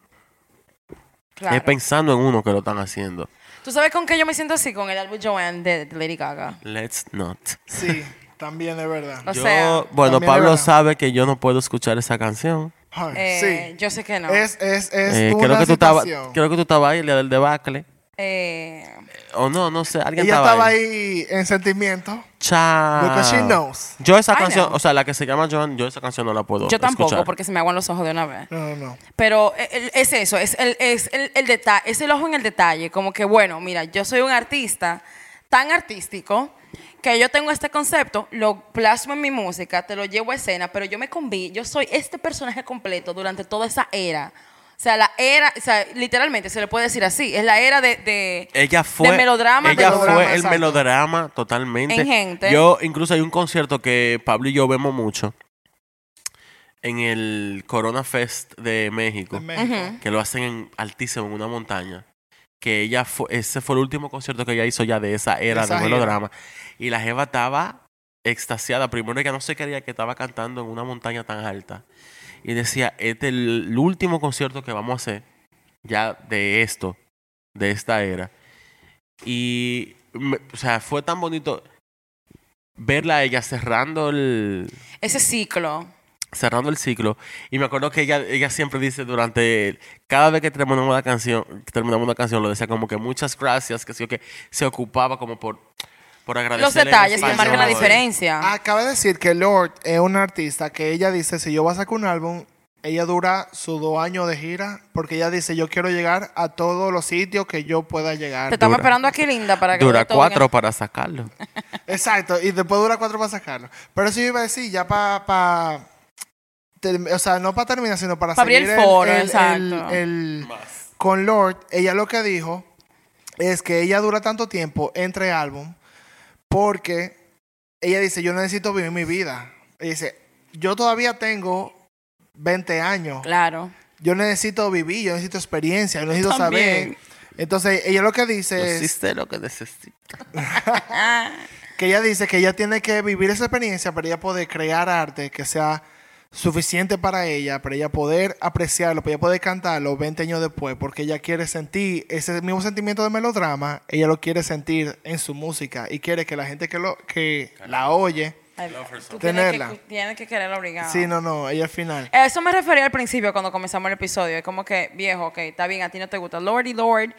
S4: Claro.
S3: Es pensando en uno que lo están haciendo.
S4: ¿Tú sabes con qué yo me siento así? Con el álbum Joanne de de Lady Gaga.
S3: Let's not.
S2: Sí, también es verdad.
S4: O
S3: yo,
S4: sea,
S3: bueno,
S2: también es
S3: Pablo
S2: verdad.
S3: sabe que yo no puedo escuchar esa canción.
S2: Ay,
S4: Eh,
S2: sí.
S4: Yo sé que no.
S2: Es, es, es
S3: Eh,
S2: una
S3: creo, que tú estabas,
S2: situación.
S3: creo que tú estabas ahí el día del debacle.
S4: Eh,
S3: O no, no sé, alguien
S2: Ella
S3: estaba,
S2: estaba ahí en sentimiento.
S3: Chao.
S2: Because she knows.
S3: Yo esa
S4: I
S3: canción,
S4: know.
S3: o sea, la que se llama Joan, yo esa canción no la puedo
S4: yo tampoco,
S3: escuchar.
S4: porque se me aguan los ojos de una vez.
S2: No, no, no.
S4: Pero el- el- es eso, es el, es el, el detalle, es el ojo en el detalle. Como que, bueno, mira, yo soy un artista tan artístico que yo tengo este concepto, lo plasmo en mi música, te lo llevo a escena, pero yo me conví, yo soy este personaje completo durante toda esa era. O sea, la era, o sea, literalmente se le puede decir así, es la era de... de-
S3: Ella fue.
S4: De melodrama,
S3: Ella
S2: melodrama,
S3: fue el
S2: exacto.
S3: melodrama totalmente.
S4: En gente.
S3: Yo, incluso hay un concierto que Pablo y yo vemos mucho en el Corona Fest de México,
S2: De México.
S4: Ujú.
S3: que lo hacen en altísimo, en una montaña. Que ella fue, ese fue el último concierto que ella hizo ya de esa era
S2: De esa
S3: de
S2: gira.
S3: melodrama. Y la Jeva estaba extasiada. Primero que no se creía que estaba cantando en una montaña tan alta. Y decía, este es el último concierto que vamos a hacer ya de esto, de esta era. Y, me- o sea, fue tan bonito verla a ella cerrando el,
S4: Ese ciclo.
S3: cerrando el ciclo. Y me acuerdo que ella, ella siempre dice durante, cada vez que terminamos una canción, que terminamos una canción, lo decía como que muchas gracias, que sí o que se ocupaba como por, por agradecer.
S4: Los detalles
S2: esa canción,
S4: que marcan la
S2: ¿no?
S4: diferencia.
S2: Acaba de decir que Lord es una artista que ella dice, si yo voy a sacar un álbum, ella dura sus dos años de gira, porque ella dice, yo quiero llegar a todos los sitios que yo pueda
S4: Te
S2: llegar.
S4: estamos
S3: dura-
S4: esperando aquí, linda, para que...
S3: Dura
S4: todo
S3: cuatro para sacarlo.
S2: Exacto, y después dura cuatro para sacarlo. Pero eso yo iba a decir, ya para... o sea, no para terminar, sino para
S4: Pa' abrir el
S2: seguir
S4: foro,
S2: el-
S4: exacto.
S2: el- con Lord, ella lo que dijo es que ella dura tanto tiempo entre álbum porque ella dice, yo necesito vivir mi vida. Ella dice, yo todavía tengo 20 años.
S4: Claro.
S2: Yo necesito vivir, yo necesito experiencia, yo necesito
S4: También.
S2: saber. Entonces, ella lo que dice es
S3: Hiciste lo que necesitas.
S2: que ella dice que ella tiene que vivir esa experiencia para ella poder crear arte que sea suficiente para ella, para ella poder apreciarlo, para ella poder cantarlo 20 años después, porque ella quiere sentir ese mismo sentimiento de melodrama, ella lo quiere sentir en su música y quiere que la gente que, lo, que la oye,
S4: Ay, tú tienes
S2: Tenerla.
S4: que, tienes que querer obligado.
S2: sí, no, no, ella al final.
S4: A Eso me refería al principio cuando comenzamos el episodio. Es como que, viejo, ok, está bien, a ti no te gusta Lord y Lord,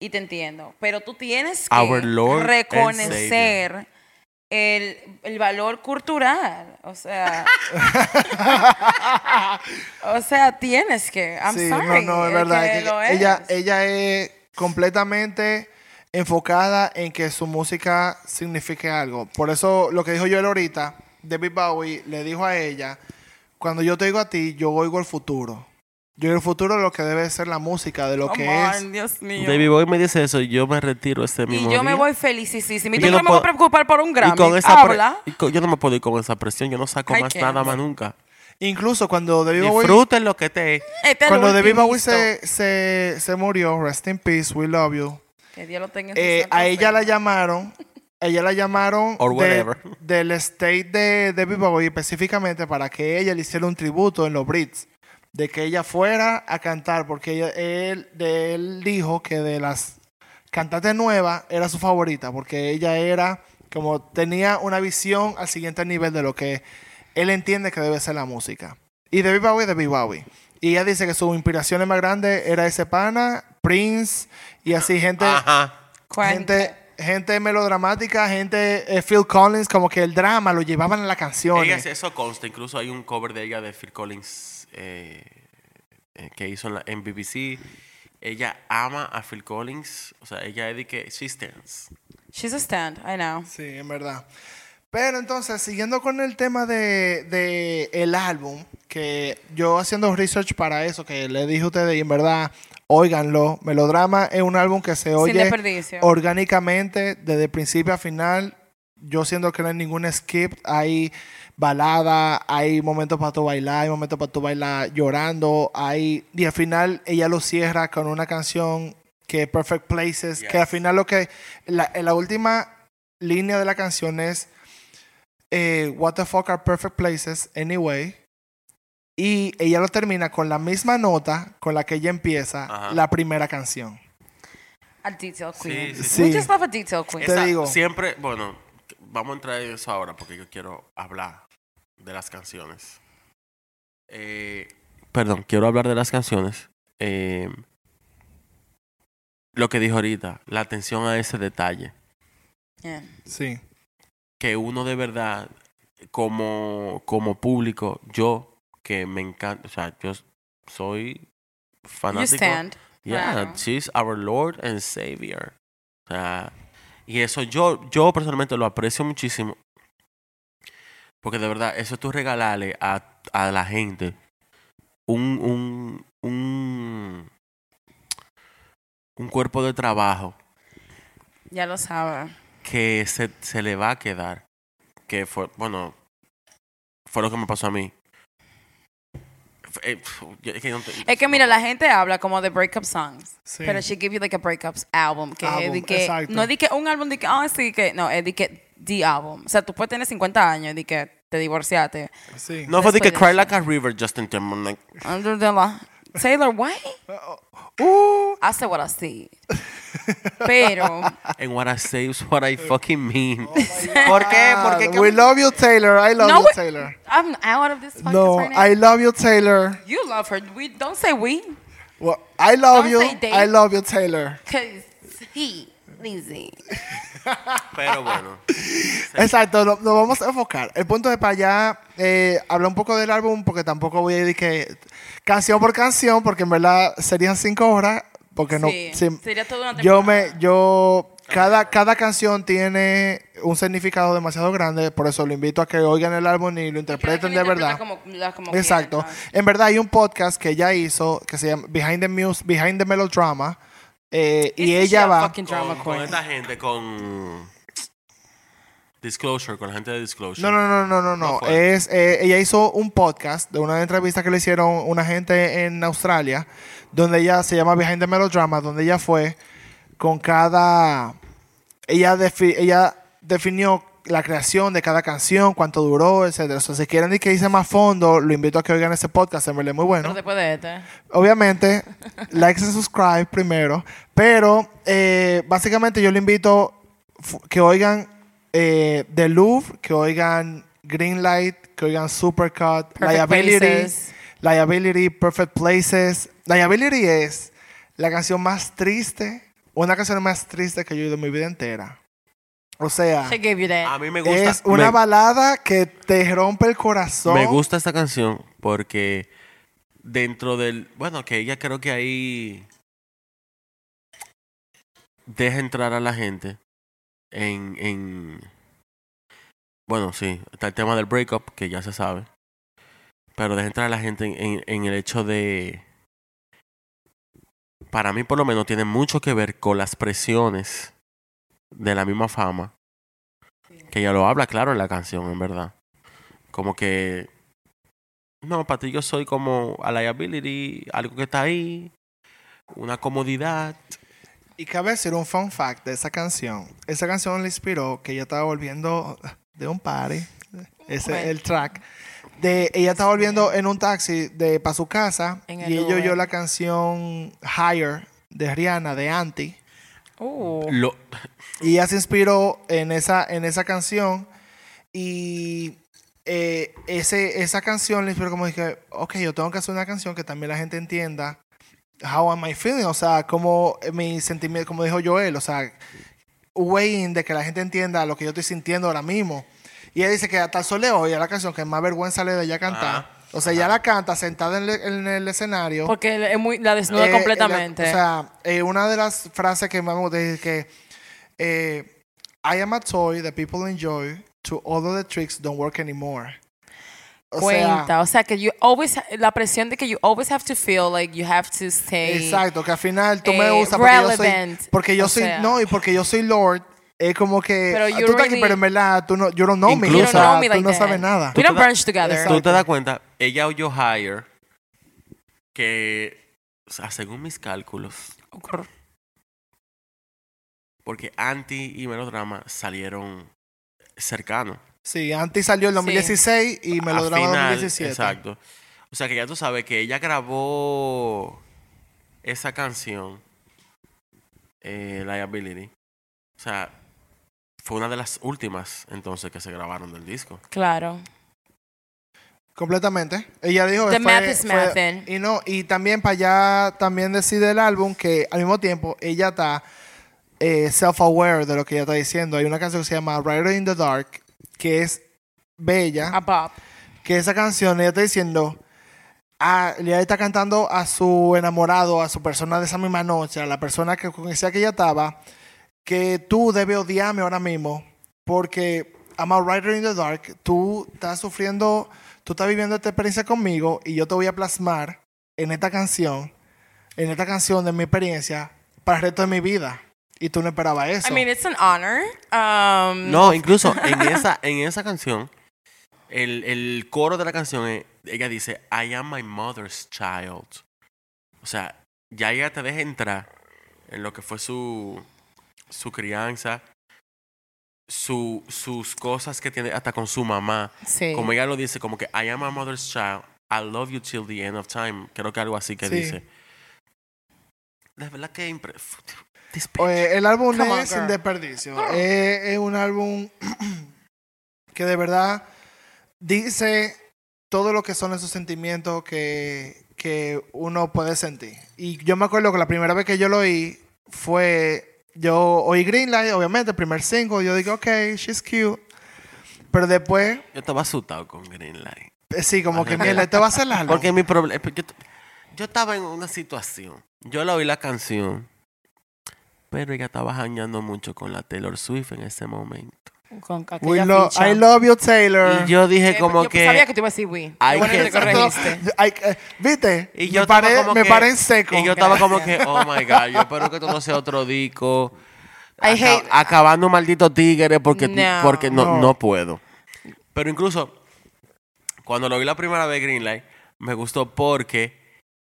S4: y te entiendo. Pero tú tienes que
S3: Our Lord and
S4: reconocer el, el valor cultural. O sea. o sea, tienes que. I'm
S2: sí,
S4: sorry.
S2: no, no, es
S4: el
S2: verdad.
S4: que
S2: que
S4: lo
S2: ella,
S4: es.
S2: ella es completamente enfocada en que su música signifique algo. Por eso lo que dijo Joel ahorita, David Bowie le dijo a ella, cuando yo te oigo a ti, yo oigo el futuro. Yo oigo el futuro de lo que debe ser la música, de lo
S4: Come
S2: que
S4: on,
S2: es...
S4: Dios mío.
S3: Baby Boy me dice eso, yo me retiro este
S4: y
S3: mismo
S4: yo me
S3: día.
S4: voy felicísima. Y
S3: Y
S4: tú
S3: yo
S4: no
S3: no
S4: me voy a
S3: puedo-
S4: preocupar por un Grammy.
S3: Y con esa pre-
S4: Habla.
S3: y con- yo no me puedo ir con esa presión, yo no saco
S4: Ay,
S3: más
S4: qué
S3: nada
S4: asco.
S3: más nunca.
S2: Incluso cuando David Bowie...
S3: Disfruten lo que te
S4: Este es el
S2: Cuando David
S4: último
S2: Bowie
S4: listo.
S2: se, se, se murió, rest in peace, we love you.
S4: Que Dios lo tenga en su
S2: Eh,
S4: santa
S2: a ella la
S4: fe.
S2: llamaron. A ella la llamaron
S3: Or
S2: de-
S3: whatever.
S2: del estate de David Bowie específicamente para que ella le hiciera un tributo en los Brits. De que ella fuera a cantar, porque ella- él, de él dijo que de las cantantes nuevas era su favorita, porque ella era como tenía una visión al siguiente nivel de lo que él entiende que debe ser la música. Y David Bowie, David Bowie. Y ella dice que su inspiración más grande era ese pana, Prince y así gente
S3: Ajá.
S4: Cuenta.
S2: gente, gente melodramática, gente eh, Phil Collins, como que el drama lo llevaban a las
S3: Ella,
S2: canciones.
S3: eso consta, incluso hay un cover de ella de Phil Collins eh, eh, que hizo en, la, en BBC. Ella ama a Phil Collins, o sea, ella es de que she stands.
S4: She's a stand, I know.
S2: Sí, en verdad. Pero entonces, siguiendo con el tema de, de el álbum, que yo haciendo research para eso, que le dije a ustedes, y en verdad, óiganlo, Melodrama es un álbum que se oye
S4: desperdicio.
S2: orgánicamente desde principio a final. Yo siento que no hay ningún skip, hay balada, hay momentos para tú bailar, hay momentos para tú bailar llorando, hay... Y al final ella lo cierra con una canción que es Perfect Places, que al
S3: Yes.
S2: final lo que... La, la última línea de la canción es eh, What the fuck are perfect places anyway? Y ella lo termina con la misma nota con la que ella empieza
S3: Ajá.
S2: la primera canción.
S4: A detail queen.
S3: Sí,
S2: sí.
S4: We just love a detail queen.
S2: Te digo.
S3: Siempre, bueno, vamos a entrar en eso ahora porque yo quiero hablar de las canciones. Eh, perdón, quiero hablar de las canciones. Eh, lo que dijo ahorita, la atención a ese detalle.
S4: Yeah.
S2: Sí.
S3: que uno de verdad, como, como público, yo que me encanta, o sea, yo soy
S4: You
S3: fanático.
S4: stand.
S3: Yeah,
S4: claro.
S3: she's our Lord and Savior. O sea, y eso yo, yo personalmente lo aprecio muchísimo. Porque de verdad, eso tú regalarle a, a la gente un, un, un, un cuerpo de trabajo
S4: Ya lo sabe.
S3: que se, se le va a quedar. Que fue, bueno, fue lo que me pasó a mí. F- eh, pf, yo- es que no te-
S4: Es que mira, la gente habla como de breakup songs.
S2: Sí.
S4: Pero she give you like a breakups album. Que es
S2: Album,
S4: de que,
S2: exacto.
S4: no es de que un álbum de que, ah, sí, que, no, es de que the album. O sea, tú puedes tener 50 años y de que te divorciaste.
S2: Sí.
S3: No fue de que
S4: Después de
S3: Cry Like a River, Justin Timberlake.
S4: Under the law. Taylor, White
S2: Uh,
S4: I said what I see. Pero,
S3: And what I say is what I fucking mean.
S4: Oh
S2: ¿Por
S5: qué? ¿Por qué?
S2: We love you, Taylor. I love
S4: No,
S2: you,
S4: we-
S2: Taylor.
S4: I'm out of this podcast
S2: No,
S4: right now.
S2: I love you, Taylor.
S4: you love her. We Don't say we.
S2: Well, I love
S4: Don't
S2: you.
S4: say they.
S2: I love you, Taylor.
S4: Because he, Lizzie.
S3: Pero bueno.
S2: Exacto, lo, lo vamos a enfocar. El punto de para allá, eh, hablar un poco del álbum, porque tampoco voy a decir que canción por canción, porque en verdad serían cinco horas, porque no.
S4: Sí, sería toda una
S2: yo me,
S4: temporada.
S2: yo cada cada canción tiene un significado demasiado grande, por eso lo invito a que oigan el álbum y lo interpreten de verdad.
S4: Como, la- como
S2: Exacto.
S4: quieran, ¿sabes?
S2: En verdad hay un podcast que ella hizo que se llama Behind the Muse, Behind the Melodrama, eh, y
S4: Isn't she
S2: ella
S4: a
S2: va.
S4: fucking drama
S3: Con, con
S4: queen?
S3: esta gente, con. Disclosure, con la gente de Disclosure.
S2: No, no, no, no, no,
S3: No
S2: no.
S3: fue.
S2: es, eh, ella hizo un podcast de una entrevista que le hicieron una gente en Australia, donde ella se llama Behind the Melodrama, donde ella fue con cada... Ella, defi- ella definió la creación de cada canción, cuánto duró, etcétera. O sea, si quieren ir que hice más fondo, lo invito a que oigan ese podcast, en verdad es muy bueno.
S4: Pero después de este.
S2: Obviamente, likes and subscribe primero. Pero eh, básicamente yo le invito fu- que oigan eh, The Louvre, que oigan Greenlight, que oigan Supercut,
S4: Perfect
S2: Liability,
S4: Places.
S2: Liability, Perfect Places. Liability es la canción más triste, una canción más triste que yo he oído en mi vida entera. O sea,
S4: She gave you
S3: A
S4: that.
S3: mí me gusta.
S2: es una
S3: me-
S2: balada que te rompe el corazón.
S3: Me gusta esta canción porque dentro del. Bueno, que ella creo que ahí. Deja entrar a la gente en. en bueno, sí, está el tema del breakup, que ya se sabe. Pero deja entrar a la gente en, en- en el hecho de. Para mí, por lo menos, tiene mucho que ver con las presiones de la misma fama. Que ella lo habla claro en la canción, en verdad como que no, para ti yo soy como a liability, algo que está ahí, una comodidad.
S2: Y cabe decir un fun fact de esa canción. Esa canción le inspiró que ella estaba volviendo de un party, ese es
S4: Bueno.
S2: el track. De, ella estaba volviendo en un taxi de para su casa
S4: En el
S2: y ella oyó
S4: Uber.
S2: la canción Higher de Rihanna de Anti
S4: Ooh.
S3: Lo,
S2: y ella se inspiró en esa en esa canción y eh, ese esa canción le inspiró como dije, ok, yo tengo que hacer una canción que también la gente entienda how am I feeling, o sea, como mi sentimiento, como dijo Joel, o sea, way in de que la gente entienda lo que yo estoy sintiendo ahora mismo. Y ella dice que hasta el sol de hoy es la canción que más vergüenza le da ella cantar.
S3: Ah,
S2: o sea, ella la canta sentada en, el- en el escenario.
S4: Porque es muy, la desnuda
S2: Eh,
S4: completamente.
S2: la- o sea, eh, una de las frases que más me gusta es que eh, I am a toy that people enjoy to all of the tricks don't work anymore. O
S4: cuenta.
S2: sea,
S4: o sea, que you always, la presión de que you always have to feel like you have to stay.
S2: exacto, que al final tú me
S4: eh,
S2: usas porque yo soy,
S4: relevant,
S2: porque yo
S4: o
S2: soy
S4: sea.
S2: no y porque yo soy Lord. Es como que
S4: Pero
S2: ah,
S4: you
S2: tú estás aquí,
S4: really-
S2: pero en verdad tú no, you don't know me,
S3: Incluso-
S4: You
S2: o
S4: don't
S2: sea,
S4: know me
S2: tú
S4: like
S2: no
S4: that.
S2: sabes nada.
S4: We
S3: Tú
S4: don't
S3: te da-
S4: brunch together.
S2: Exacto.
S3: Tú te das cuenta, ella oyó higher que, o sea, según mis cálculos, porque Anti y Melodrama salieron cercanos.
S2: Sí, Anti salió en
S4: Sí.
S2: 2016 y
S3: a
S2: Melodrama en
S3: final,
S2: 2017.
S3: Exacto. O sea que ya tú sabes que ella grabó esa canción, eh, Liability. O sea, fue una de las últimas entonces que se grabaron del disco.
S4: Claro.
S2: Completamente. Ella dijo que
S4: The
S2: fue-
S4: math is
S2: fue-
S4: mathin'.
S2: y no, y también para allá también decide el álbum que al mismo tiempo ella está eh, self-aware de lo que ella está diciendo. Hay una canción que se llama Rider in the Dark que es bella,
S4: A Bob.
S2: que esa canción ella está diciendo ah, ella está cantando a su enamorado, a su persona de esa misma noche, a la persona que con esa que ella estaba, que tú debes odiarme ahora mismo porque I'm a writer in the dark, tú estás sufriendo, tú estás viviendo esta experiencia conmigo y yo te voy a plasmar en esta canción, en esta canción de mi experiencia para el resto de mi vida. Y tú no esperabas eso.
S4: I mean, it's an honor. Um,
S3: No, incluso en esa, en esa canción, el, el coro de la canción, eh, ella dice, I am my mother's child. O sea, ya ella te deja entrar en lo que fue su, su crianza, su, sus cosas que tiene hasta con su mamá.
S4: Sí.
S3: Como ella lo dice, como que I am my mother's child, I love you till the end of time. Creo que algo así que
S2: Sí.
S3: dice. De verdad que... impre- This bitch.
S2: Oye, el álbum
S4: Come on,
S2: es sin
S4: girl.
S2: desperdicio. Eh, Es, es un álbum que de verdad dice todo lo que son esos sentimientos que, que uno puede sentir. Y yo me acuerdo que la primera vez que yo lo oí fue, yo oí Greenlight, obviamente, el primer single, yo digo, ok, she's cute. Pero después,
S3: Yo estaba asustado con Green Light.
S2: eh, sí, como que,
S3: Ajá.
S2: mira, te va a hacer el álbum.
S3: Porque mi problema. Yo, t- yo estaba en una situación. Yo la oí la canción. Pero ella estaba jañando mucho con la Taylor Swift en ese momento.
S4: Con
S2: We
S4: aquella
S2: lo-
S4: ficha.
S2: I love you, Taylor.
S3: Y yo dije
S4: Eh,
S3: como
S4: yo
S3: que.
S4: sabía que te iba a decir we.
S3: Ay,
S4: Bueno,
S3: que-
S4: te corregiste.
S2: Yo- ay, eh, ¿Viste?
S3: Y
S2: me
S3: yo estaba
S2: paré,
S3: como
S2: me
S3: que-
S2: paré en seco.
S3: Y yo estaba como que, oh my God, yo espero que todo sea otro disco.
S4: I
S3: Aca-
S4: hate-
S3: acabando maldito tigre porque no,
S4: No.
S3: porque no,
S2: No.
S3: no puedo. Pero incluso, cuando lo vi la primera vez Greenlight, me gustó porque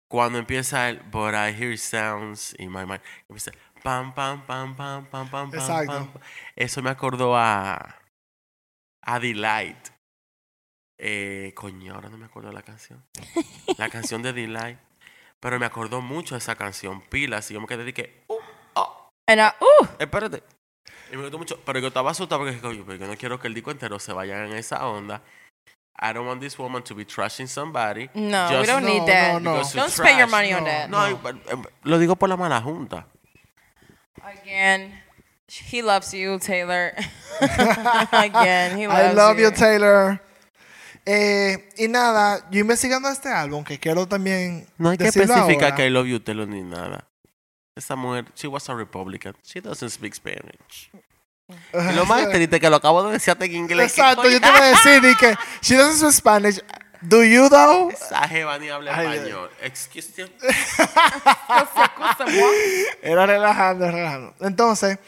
S3: cuando empieza el But I hear sounds in my mind, empieza pam, pam, pam, pam, pam, pam, pam,
S2: Exacto.
S3: pam. Eso me acordó a, a Delight. Eh, coño, ahora no me acuerdo la canción. La canción de Delight. Pero me acordó mucho esa canción, Pilas, y yo me quedé de que, uh, oh,
S4: And I- uh,
S3: espérate. Y me gustó mucho, pero yo estaba asustado porque dije, "Coño, pero yo no quiero que el disco entero se vaya en esa onda. I don't want this woman to be trashing somebody.
S4: no,
S3: Just-
S4: we don't
S2: No,
S4: need
S2: no,
S4: that.
S2: no.
S3: Because
S4: Don't
S3: it's
S4: spend your
S3: trash.
S4: money on
S2: No,
S4: that.
S3: No, eh, eh, lo digo por la mala junta.
S4: Again, he loves you, Taylor. Again, he loves
S2: I love you, Taylor. Eh, y nada, yo investigando este álbum, que quiero también.
S3: No hay que
S2: decirlo
S3: especificar
S2: ahora.
S3: que I love you, Taylor, ni nada. Esa mujer, she was a Republican. She doesn't speak Spanish. Y lo más triste es que lo acabo de decirte en inglés. que
S2: Exacto,
S3: coño,
S2: yo te iba a decir, y que she doesn't speak Spanish. Do you though?
S3: Esa jeva ni habla
S2: Ay,
S3: español. Excuse me.
S2: Era relajando, era relajando. Entonces,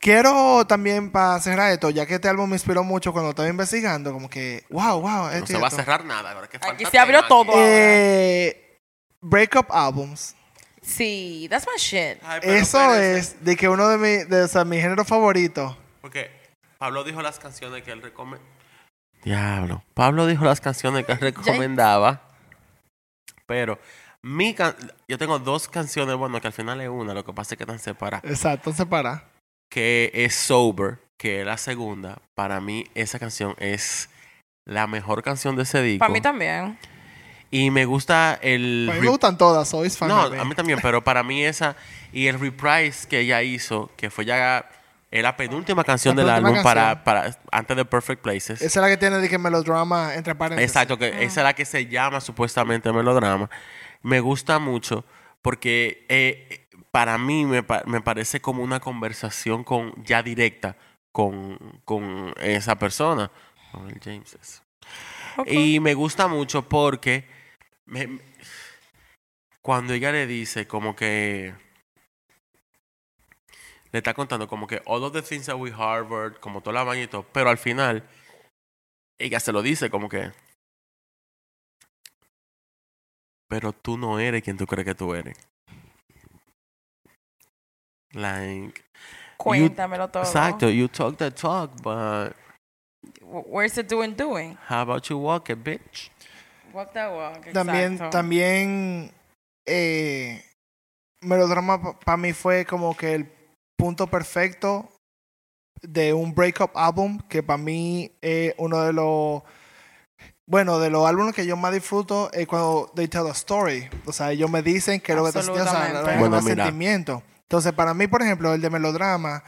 S2: quiero también para cerrar esto, ya que este álbum me inspiró mucho cuando estaba investigando, como que, wow, wow.
S3: No
S2: esto y
S3: se va a
S2: esto.
S3: cerrar nada. ahora que falta
S4: se abrió
S3: tema
S4: todo.
S3: aquí.
S2: Eh, breakup albums.
S4: See, that's my shit.
S3: Ay, pero
S2: Eso
S3: espérense,
S2: es de que uno de mis de, o sea, mi género favorito.
S3: Porque Pablo dijo las canciones que él recomendaba. Diablo. Pablo dijo las canciones que él recomendaba. Pero mi can- yo tengo dos canciones, bueno, que al final es una, lo que pasa es que están separadas.
S2: Exacto, se para.
S3: Que es Sober, que es la segunda. Para mí, esa canción es la mejor canción de ese disco.
S4: Para mí también.
S3: Y me gusta el.
S2: A mí
S3: re-
S2: me gustan todas, soy fan.
S3: No,
S2: de-
S3: a mí también, pero para mí esa y el reprise que ella hizo, que fue ya es la penúltima canción
S2: La
S3: del álbum
S2: penúltima
S3: para, para antes de Perfect Places.
S2: Esa es la que tiene de que melodrama entre paréntesis.
S3: Exacto, que esa es la que se llama supuestamente melodrama. Me gusta mucho porque eh, para mí me, pa- me parece como una conversación con ya directa con, con esa persona, con el James. ese. Y me gusta mucho porque me- me- cuando ella le dice como que le está contando como que all of the things that we Harvard, como toda la vaina y todo, pero al final ella se lo dice como que pero tú no eres quien tú crees que tú eres. Like,
S4: Cuéntamelo todo.
S3: exacto, you talk the talk, but
S4: Wh- Where's the doing doing?
S3: how about you walk it, bitch?
S4: Walk the walk.
S2: También,
S4: exacto.
S2: también eh, Melodrama para mí fue como que el punto perfecto de un breakup album que para mí es uno de los bueno, de los álbumes que yo más disfruto es cuando they tell a story. O sea, ellos me dicen que es lo que está sintiendo, o sea, lo que
S4: Absolutamente.
S3: Bueno,
S2: está
S3: mira.
S2: sentimiento. Entonces, para mí, por ejemplo, el de melodrama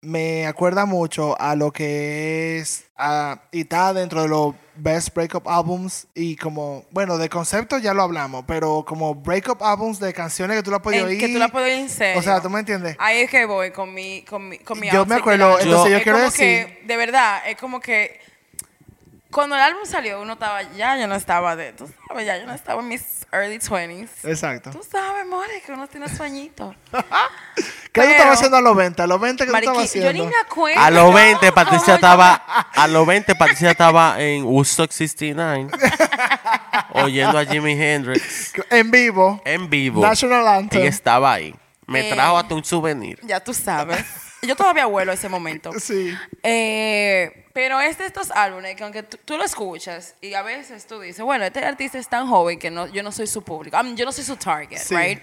S2: me acuerda mucho a lo que es a- y está dentro de los best breakup albums y como bueno de concepto ya lo hablamos pero como breakup albums de canciones que tú la has podido
S4: En
S2: oír
S4: que tú la puedes Ah, ir en serio.
S2: o sea tú me entiendes
S4: Ahí es que voy con mi, con mi, con mi
S2: Yo me
S4: outfit del
S2: acuerdo,
S4: álbum.
S2: entonces yo
S4: Es
S2: quiero
S4: como
S2: decir-
S4: que, de verdad, es como que cuando el álbum salió, uno estaba ya, yo no estaba de, tú sabes, ya, yo no estaba en mis early 20s.
S2: exacto
S4: Tú sabes, more, que uno tiene sueñito.
S2: qué tú
S4: pero-
S2: estabas haciendo a los 20 a los 20 que tú estabas
S4: Mariqui, yo
S2: haciendo
S4: ni me acuerdo.
S3: A los 20 Patricia
S4: Oh my
S3: estaba a los 20 Patricia estaba en Woodstock 69 oyendo a Jimi Hendrix
S2: en vivo
S3: en vivo.
S2: National Anthem.
S3: Ella estaba ahí. Me
S4: Eh.
S3: trajo hasta un souvenir.
S4: God. Ya tú sabes. Yo todavía vuelo ese momento.
S2: sí
S4: Eh, pero es de estos álbumes que aunque tú, tú lo escuchas y a veces tú dices, bueno, este artista es tan joven que no, yo no soy su público, I mean, yo no soy su target,
S2: Sí.
S4: right?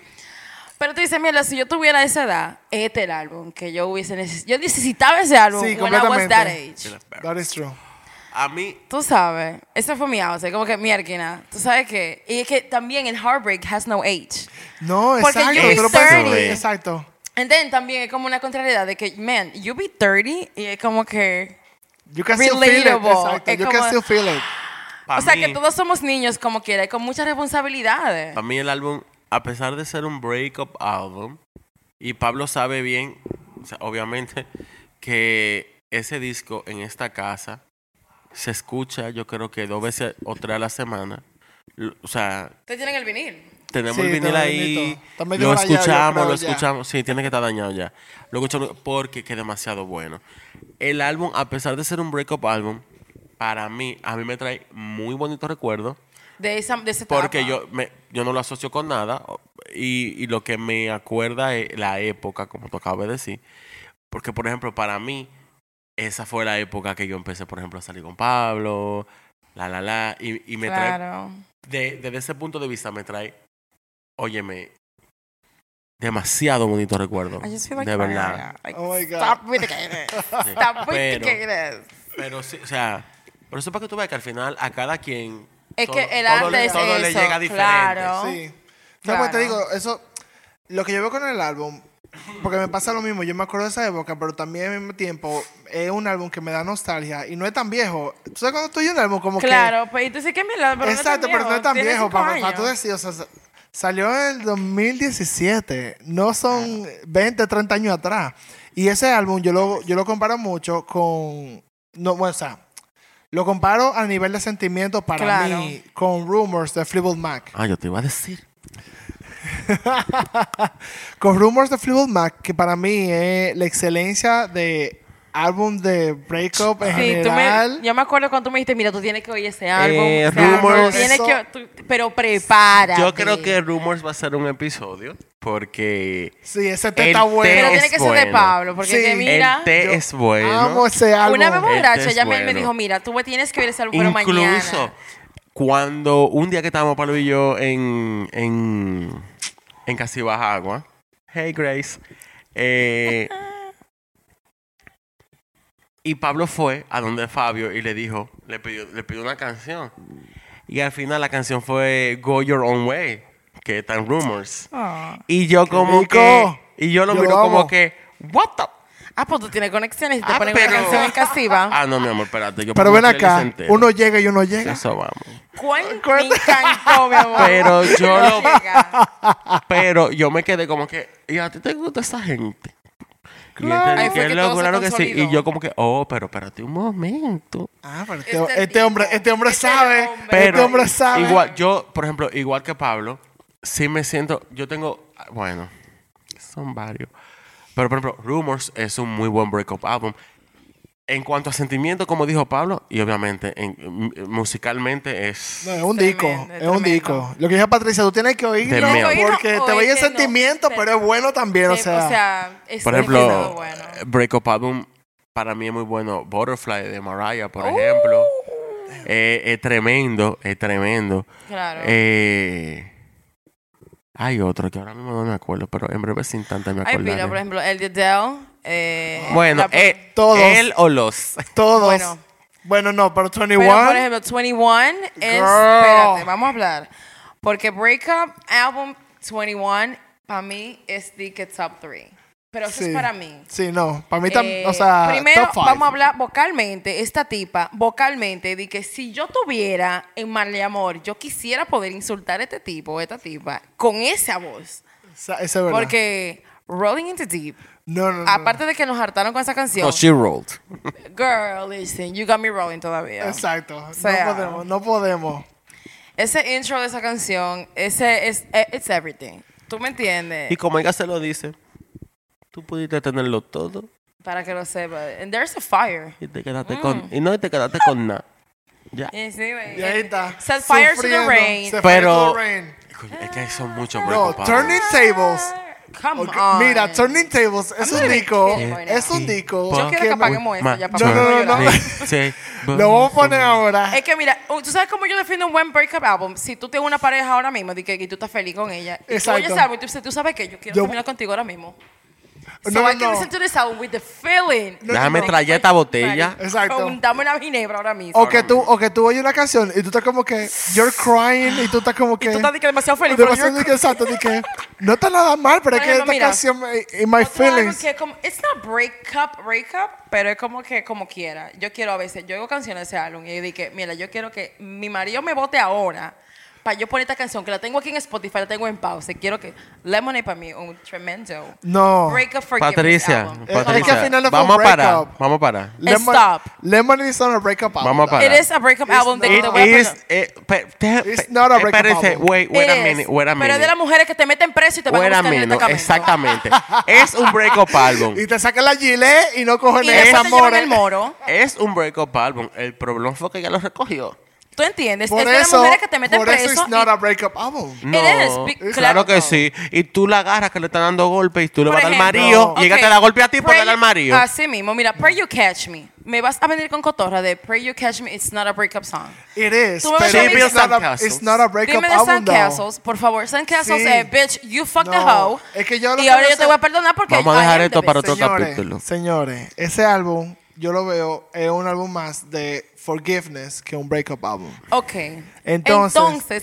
S4: Pero tú dices, mira, si yo tuviera esa edad, este es el álbum que yo hubiese necesitado. Yo necesitaba ese álbum
S2: Sí,
S4: when I was
S2: completamente.
S4: that age.
S2: that is true
S3: A mí
S4: Tú sabes, ese fue mi outfit, como que mierquina, tú sabes que, y es que también el heartbreak has no age.
S2: no
S4: Porque
S2: exacto
S4: you're
S2: tú lo puedes-
S3: 30.
S2: exacto
S4: And then también es como una contrariedad de que, man, you be 30 y es como que...
S2: you can still feel it
S4: Relatable.
S2: exacto
S4: Es
S2: you
S4: como-
S2: can still feel it
S3: pa'
S4: o sea que
S3: mí-
S4: todos somos niños como quiera y con muchas responsabilidades.
S3: Para mí el álbum, a pesar de ser un breakup album, y Pablo sabe bien, o sea, obviamente, que ese disco en esta casa se escucha, yo creo que dos veces o tres a la semana. L- O sea,
S4: Ustedes tienen el vinil.
S3: tenemos
S2: Sí,
S3: el vinil
S2: está
S3: ahí,
S2: bonito. Está medio
S3: lo
S2: rayado, yo
S3: escuchamos, lo
S2: creo, ya.
S3: escuchamos, sí, tiene que estar dañado ya. Lo escuchamos porque que es demasiado bueno. El álbum, a pesar de ser un breakup álbum, para mí, a mí me trae muy bonitos recuerdos.
S4: De esa, de esa etapa.
S3: Porque yo, me, yo no lo asocio con nada o- y, y lo que me acuerda es la época, como tú acabas de decir. Porque, por ejemplo, para mí, esa fue la época que yo empecé, por ejemplo, a salir con Pablo, la, la, la, y, y me trae,
S4: Claro.
S3: de- desde ese punto de vista me trae, óyeme, demasiado bonito recuerdo.
S4: I just feel like
S3: de
S4: crying
S3: verdad.
S4: right now. Like,
S2: Oh my God.
S4: Stop with the gayness. Stop with the
S3: Pero-
S4: gayness.
S3: Pero sí, o sea, por eso es para que tú veas que al final a cada quien...
S4: Es
S3: todo-
S4: que el
S3: todo
S4: arte
S3: le-
S4: es
S3: todo le
S4: eso,
S3: llega diferente.
S4: claro. ¿no?
S2: Sí. No, pues te
S4: Claro.
S2: digo, eso, lo que yo veo con el álbum, porque me pasa lo mismo, yo me acuerdo de esa época, pero también al mismo tiempo es un álbum que me da nostalgia y no es tan viejo. ¿Tú sabes cuando estoy en el álbum? Como
S4: Claro, pues y tú dices que mi lado,
S2: que...
S4: pero
S2: exacto,
S4: no es tan
S2: pero no es tan
S4: tiene
S2: viejo,
S4: cinco
S2: para, para tú
S4: años.
S2: decir, o sea, sa- salió en el 2017, no son 20, 30 años atrás. Y ese álbum yo lo, yo lo comparo mucho con, no, bueno, o sea, lo comparo a nivel de sentimiento para
S4: Claro.
S2: mí con Rumors de Fleetwood Mac.
S3: Ah, yo te iba a decir.
S2: Con Rumors de Fleetwood Mac, que para mí es la excelencia de álbum de breakup en
S4: Sí, tú
S2: general.
S4: me, yo me acuerdo cuando tú me dijiste, mira, tú tienes que oír ese álbum.
S3: Eh,
S4: o sea,
S3: Rumors.
S4: tienes
S2: Eso-
S4: que, tú- pero prepara.
S3: Yo creo que Rumors va a ser un episodio porque
S2: Sí, ese té
S3: El
S2: está
S4: Pero
S2: bueno.
S3: té-
S4: tiene
S3: es
S4: que ser de
S3: bueno.
S4: Pablo, porque
S2: Sí.
S4: que mira...
S3: el té
S2: Yo
S3: es bueno.
S2: Amo ese álbum.
S4: Una vez borracha,
S3: Este es
S4: ella me- me
S3: bueno.
S4: dijo, mira, tú me tienes que ver ese álbum, pero mañana.
S3: Incluso cuando un día que estábamos Pablo y yo en en en Casi Baja Agua. Hey Grace. Eh, y Pablo fue a donde Fabio y le dijo, le pidió, le pidió una canción. Y al final la canción fue Go Your Own Way, que está en Rumors.
S2: Ah.
S3: Y yo como
S2: rico.
S3: que y yo lo
S2: Yo
S3: miro
S2: lo
S3: como
S2: amo.
S3: que what the
S4: Ah, pues tú tienes conexiones y te
S3: Ah,
S4: ponen
S3: pero-
S4: una canción en casiva.
S3: Ah, no, mi amor, espérate. Yo
S2: Pero
S3: pongo
S2: ven
S3: un playlist
S2: acá,
S3: entero.
S2: uno llega y uno llega.
S3: Eso vamos.
S4: ¿Cuál? Me encantó, mi amor.
S3: Pero yo lo-
S4: Llega.
S3: Pero yo me quedé como que, ¿y a ti te gusta esa gente? Y él
S2: Claro.
S3: te-
S4: Ahí fue
S3: que
S4: que
S3: loco,
S4: todo se
S3: claro que sí.
S4: consolidó.
S3: Y yo como que, oh, pero espérate un momento.
S2: Ah, pero este,
S4: Este
S2: este hombre,
S4: tipo,
S2: este hombre
S4: este
S2: sabe.
S4: hombre.
S3: Pero
S2: este hombre sabe.
S3: igual, yo, por ejemplo, igual que Pablo, sí me siento, yo tengo, bueno, son varios. Pero, por ejemplo, Rumors es un muy buen breakup album. En cuanto a sentimiento, como dijo Pablo, y obviamente en- m- musicalmente es...
S2: No, es un
S4: Tremendo,
S2: disco, es un
S4: tremendo.
S2: disco. Lo que dije Patricia, tú tienes que oírlo
S3: Tremendo.
S2: porque
S4: Oírlo
S2: te
S4: o
S2: veía el
S4: este no,
S2: sentimiento,
S4: pero-
S2: pero es bueno también, o
S4: Sí,
S2: sea.
S4: es
S3: Por
S4: demasiado
S3: ejemplo, eh,
S4: bueno. Uh.
S3: Breakup Album para mí es muy bueno. Butterfly de Mariah, por ejemplo. Eh, es tremendo, es tremendo.
S4: Claro.
S3: Eh, hay otro que ahora mismo no me acuerdo, pero en breve sin tanta me
S4: Hay
S3: acuerdo.
S4: pila, por ejemplo, el de Dell. Eh,
S3: bueno,
S4: la-
S3: eh,
S2: Todos.
S3: él o los.
S2: Todos. Bueno.
S4: Bueno.
S2: no, pero
S4: pero,
S2: 21.
S4: por ejemplo, 21 es.
S2: Girl.
S4: Espérate, vamos a hablar. Porque Breakup Album 21 para mí es de que top 3. Pero eso
S2: Sí.
S4: es para mí.
S2: Sí, no. Para mí también.
S4: Eh,
S2: o sea,
S4: primero
S2: top five.
S4: vamos a hablar vocalmente, esta tipa, vocalmente, de que si yo tuviera en Marley Amor, yo quisiera poder insultar a este tipo, a esta tipa, con esa voz.
S2: Esa- esa es verdad.
S4: Porque Rolling in the Deep,
S2: No, no, no.
S4: aparte de que nos hartaron con esa canción,
S3: Los Oh, She Rolled.
S4: girl, listen, you got me rolling todavía.
S2: Exacto.
S4: sea-
S2: no podemos, no podemos.
S4: Ese intro de esa canción, ese es eh, it's everything. ¿Tú me entiendes?
S3: Y como ella se lo dice, tú pudiste tenerlo todo
S4: Para que lo sepas. And there's a fire.
S3: y te quedaste con.
S4: Mm.
S3: Y no te quedaste con nada. Ya.
S4: Y sí, güey.
S2: Y ahí está.
S4: Set fire to the
S2: sufriendo.
S4: rain.
S2: Set fire
S3: Pero-
S2: to the rain.
S3: Coño, Es que son muchos
S2: No,
S3: breakup
S2: turning
S3: albums.
S2: tables.
S4: Ah, Come
S2: Ok,
S4: on.
S2: Mira, turning tables es
S4: not
S2: un
S4: even
S2: disco.
S4: kidding right
S2: Es
S4: now.
S2: un disco.
S4: Yo quiero que apaguemos esto ya para
S2: No, no, no, no. Lo vamos a poner ahora.
S4: Es que mira, uh, tú sabes cómo yo defino un buen breakup album. Si tú tienes una pareja ahora mismo de que, y tú estás feliz con ella, y tú
S2: Exacto.
S4: oyes ese álbum y tú dices, tú sabes que yo quiero
S2: Yo-
S4: terminar contigo ahora mismo. So
S2: No,
S4: I can
S2: no.
S4: listen to this album with the feeling.
S3: Déjame traer esta botella.
S2: Exacto.
S4: Con- Dame una ginebra ahora mismo.
S2: O que, tú, o que tú oyes una canción y tú estás como que, you're crying, y tú estás como que.
S4: Y tú estás de que demasiado feliz. pero
S2: demasiado
S4: you're-
S2: de que, exacto, de que, no está nada mal, pero es
S4: Por
S2: que esta
S4: ejemplo, mira,
S2: canción, eh, in my
S4: Otro álbum
S2: feelings.
S4: que es como, it's not breakup, breakup, pero es como que como quiera. Yo quiero a veces, yo hago canciones de ese álbum y yo dije, mira, yo quiero que mi marido me vote ahora para yo poner esta canción que la tengo aquí en Spotify, la tengo en pausa. y Quiero que Lemonade para mí un tremendo
S2: No.
S4: breakup forgiveness
S3: Patricia,
S2: Eh,
S4: album.
S2: es que al
S3: Patricia,
S2: final no fue un
S3: vamos a parar,
S2: breakup.
S3: vamos a parar.
S2: Lemon-
S4: Stop.
S2: Lemon is not a breakup album.
S3: Vamos a parar.
S4: It is a breakup album de que
S3: It
S4: te voy a poner.
S3: is- eh, pe- te-
S2: It's not a breakup
S3: espérense,
S2: album.
S3: wait, wait
S4: It
S3: a
S4: is,
S3: minute, wait a minute.
S4: Pero es de las mujeres que te meten preso y te van
S3: Wait
S4: a
S3: a
S4: buscar
S3: minute,
S4: directamente.
S3: exactamente. es un breakup album.
S2: Y te sacan la gilet y no cogen
S4: Y
S2: ese
S4: después te llevan
S2: amor.
S4: el moro.
S3: Es un breakup album. El problema fue que ya lo recogió.
S4: ¿Tú entiendes?
S2: Por
S4: es de las
S2: eso,
S4: mujeres que te meten
S2: por eso
S4: preso
S2: it's not
S4: y-
S2: a breakup album.
S3: No,
S4: is, be-
S3: claro,
S4: claro
S3: que
S4: no.
S3: sí. Y tú la agarras que le están dando golpes y tú le
S4: Por
S3: vas a dar al
S4: ejemplo,
S3: marido.
S4: ok,
S3: Y ella te la golpea a ti por
S4: Pray-
S3: darle al marido.
S4: Así mismo, mira, Pray You Catch Me. Me vas a venir con cotorra de Pray You Catch Me, it's not a breakup song.
S2: It is,
S4: Tú me
S2: pero
S4: ves a mí-
S2: it's not a,
S3: Sandcastles.
S2: it's not a breakup
S4: Dime de
S2: album,
S4: San
S2: though.
S4: Castles, por favor, San Castles,
S2: Sí.
S4: eh, bitch, you fuck the
S2: No,
S4: hoe.
S2: es que yo lo
S4: y
S2: que
S4: ahora
S2: no
S4: yo
S2: sé-
S4: te voy a perdonar porque
S3: Vamos a
S4: I
S3: dejar
S4: am
S3: esto
S4: the
S3: para
S4: bitch.
S3: otro
S2: señores,
S3: capítulo.
S2: señores, ese álbum yo lo veo es un álbum más de forgiveness que un breakup album.
S4: Ok.
S2: Entonces-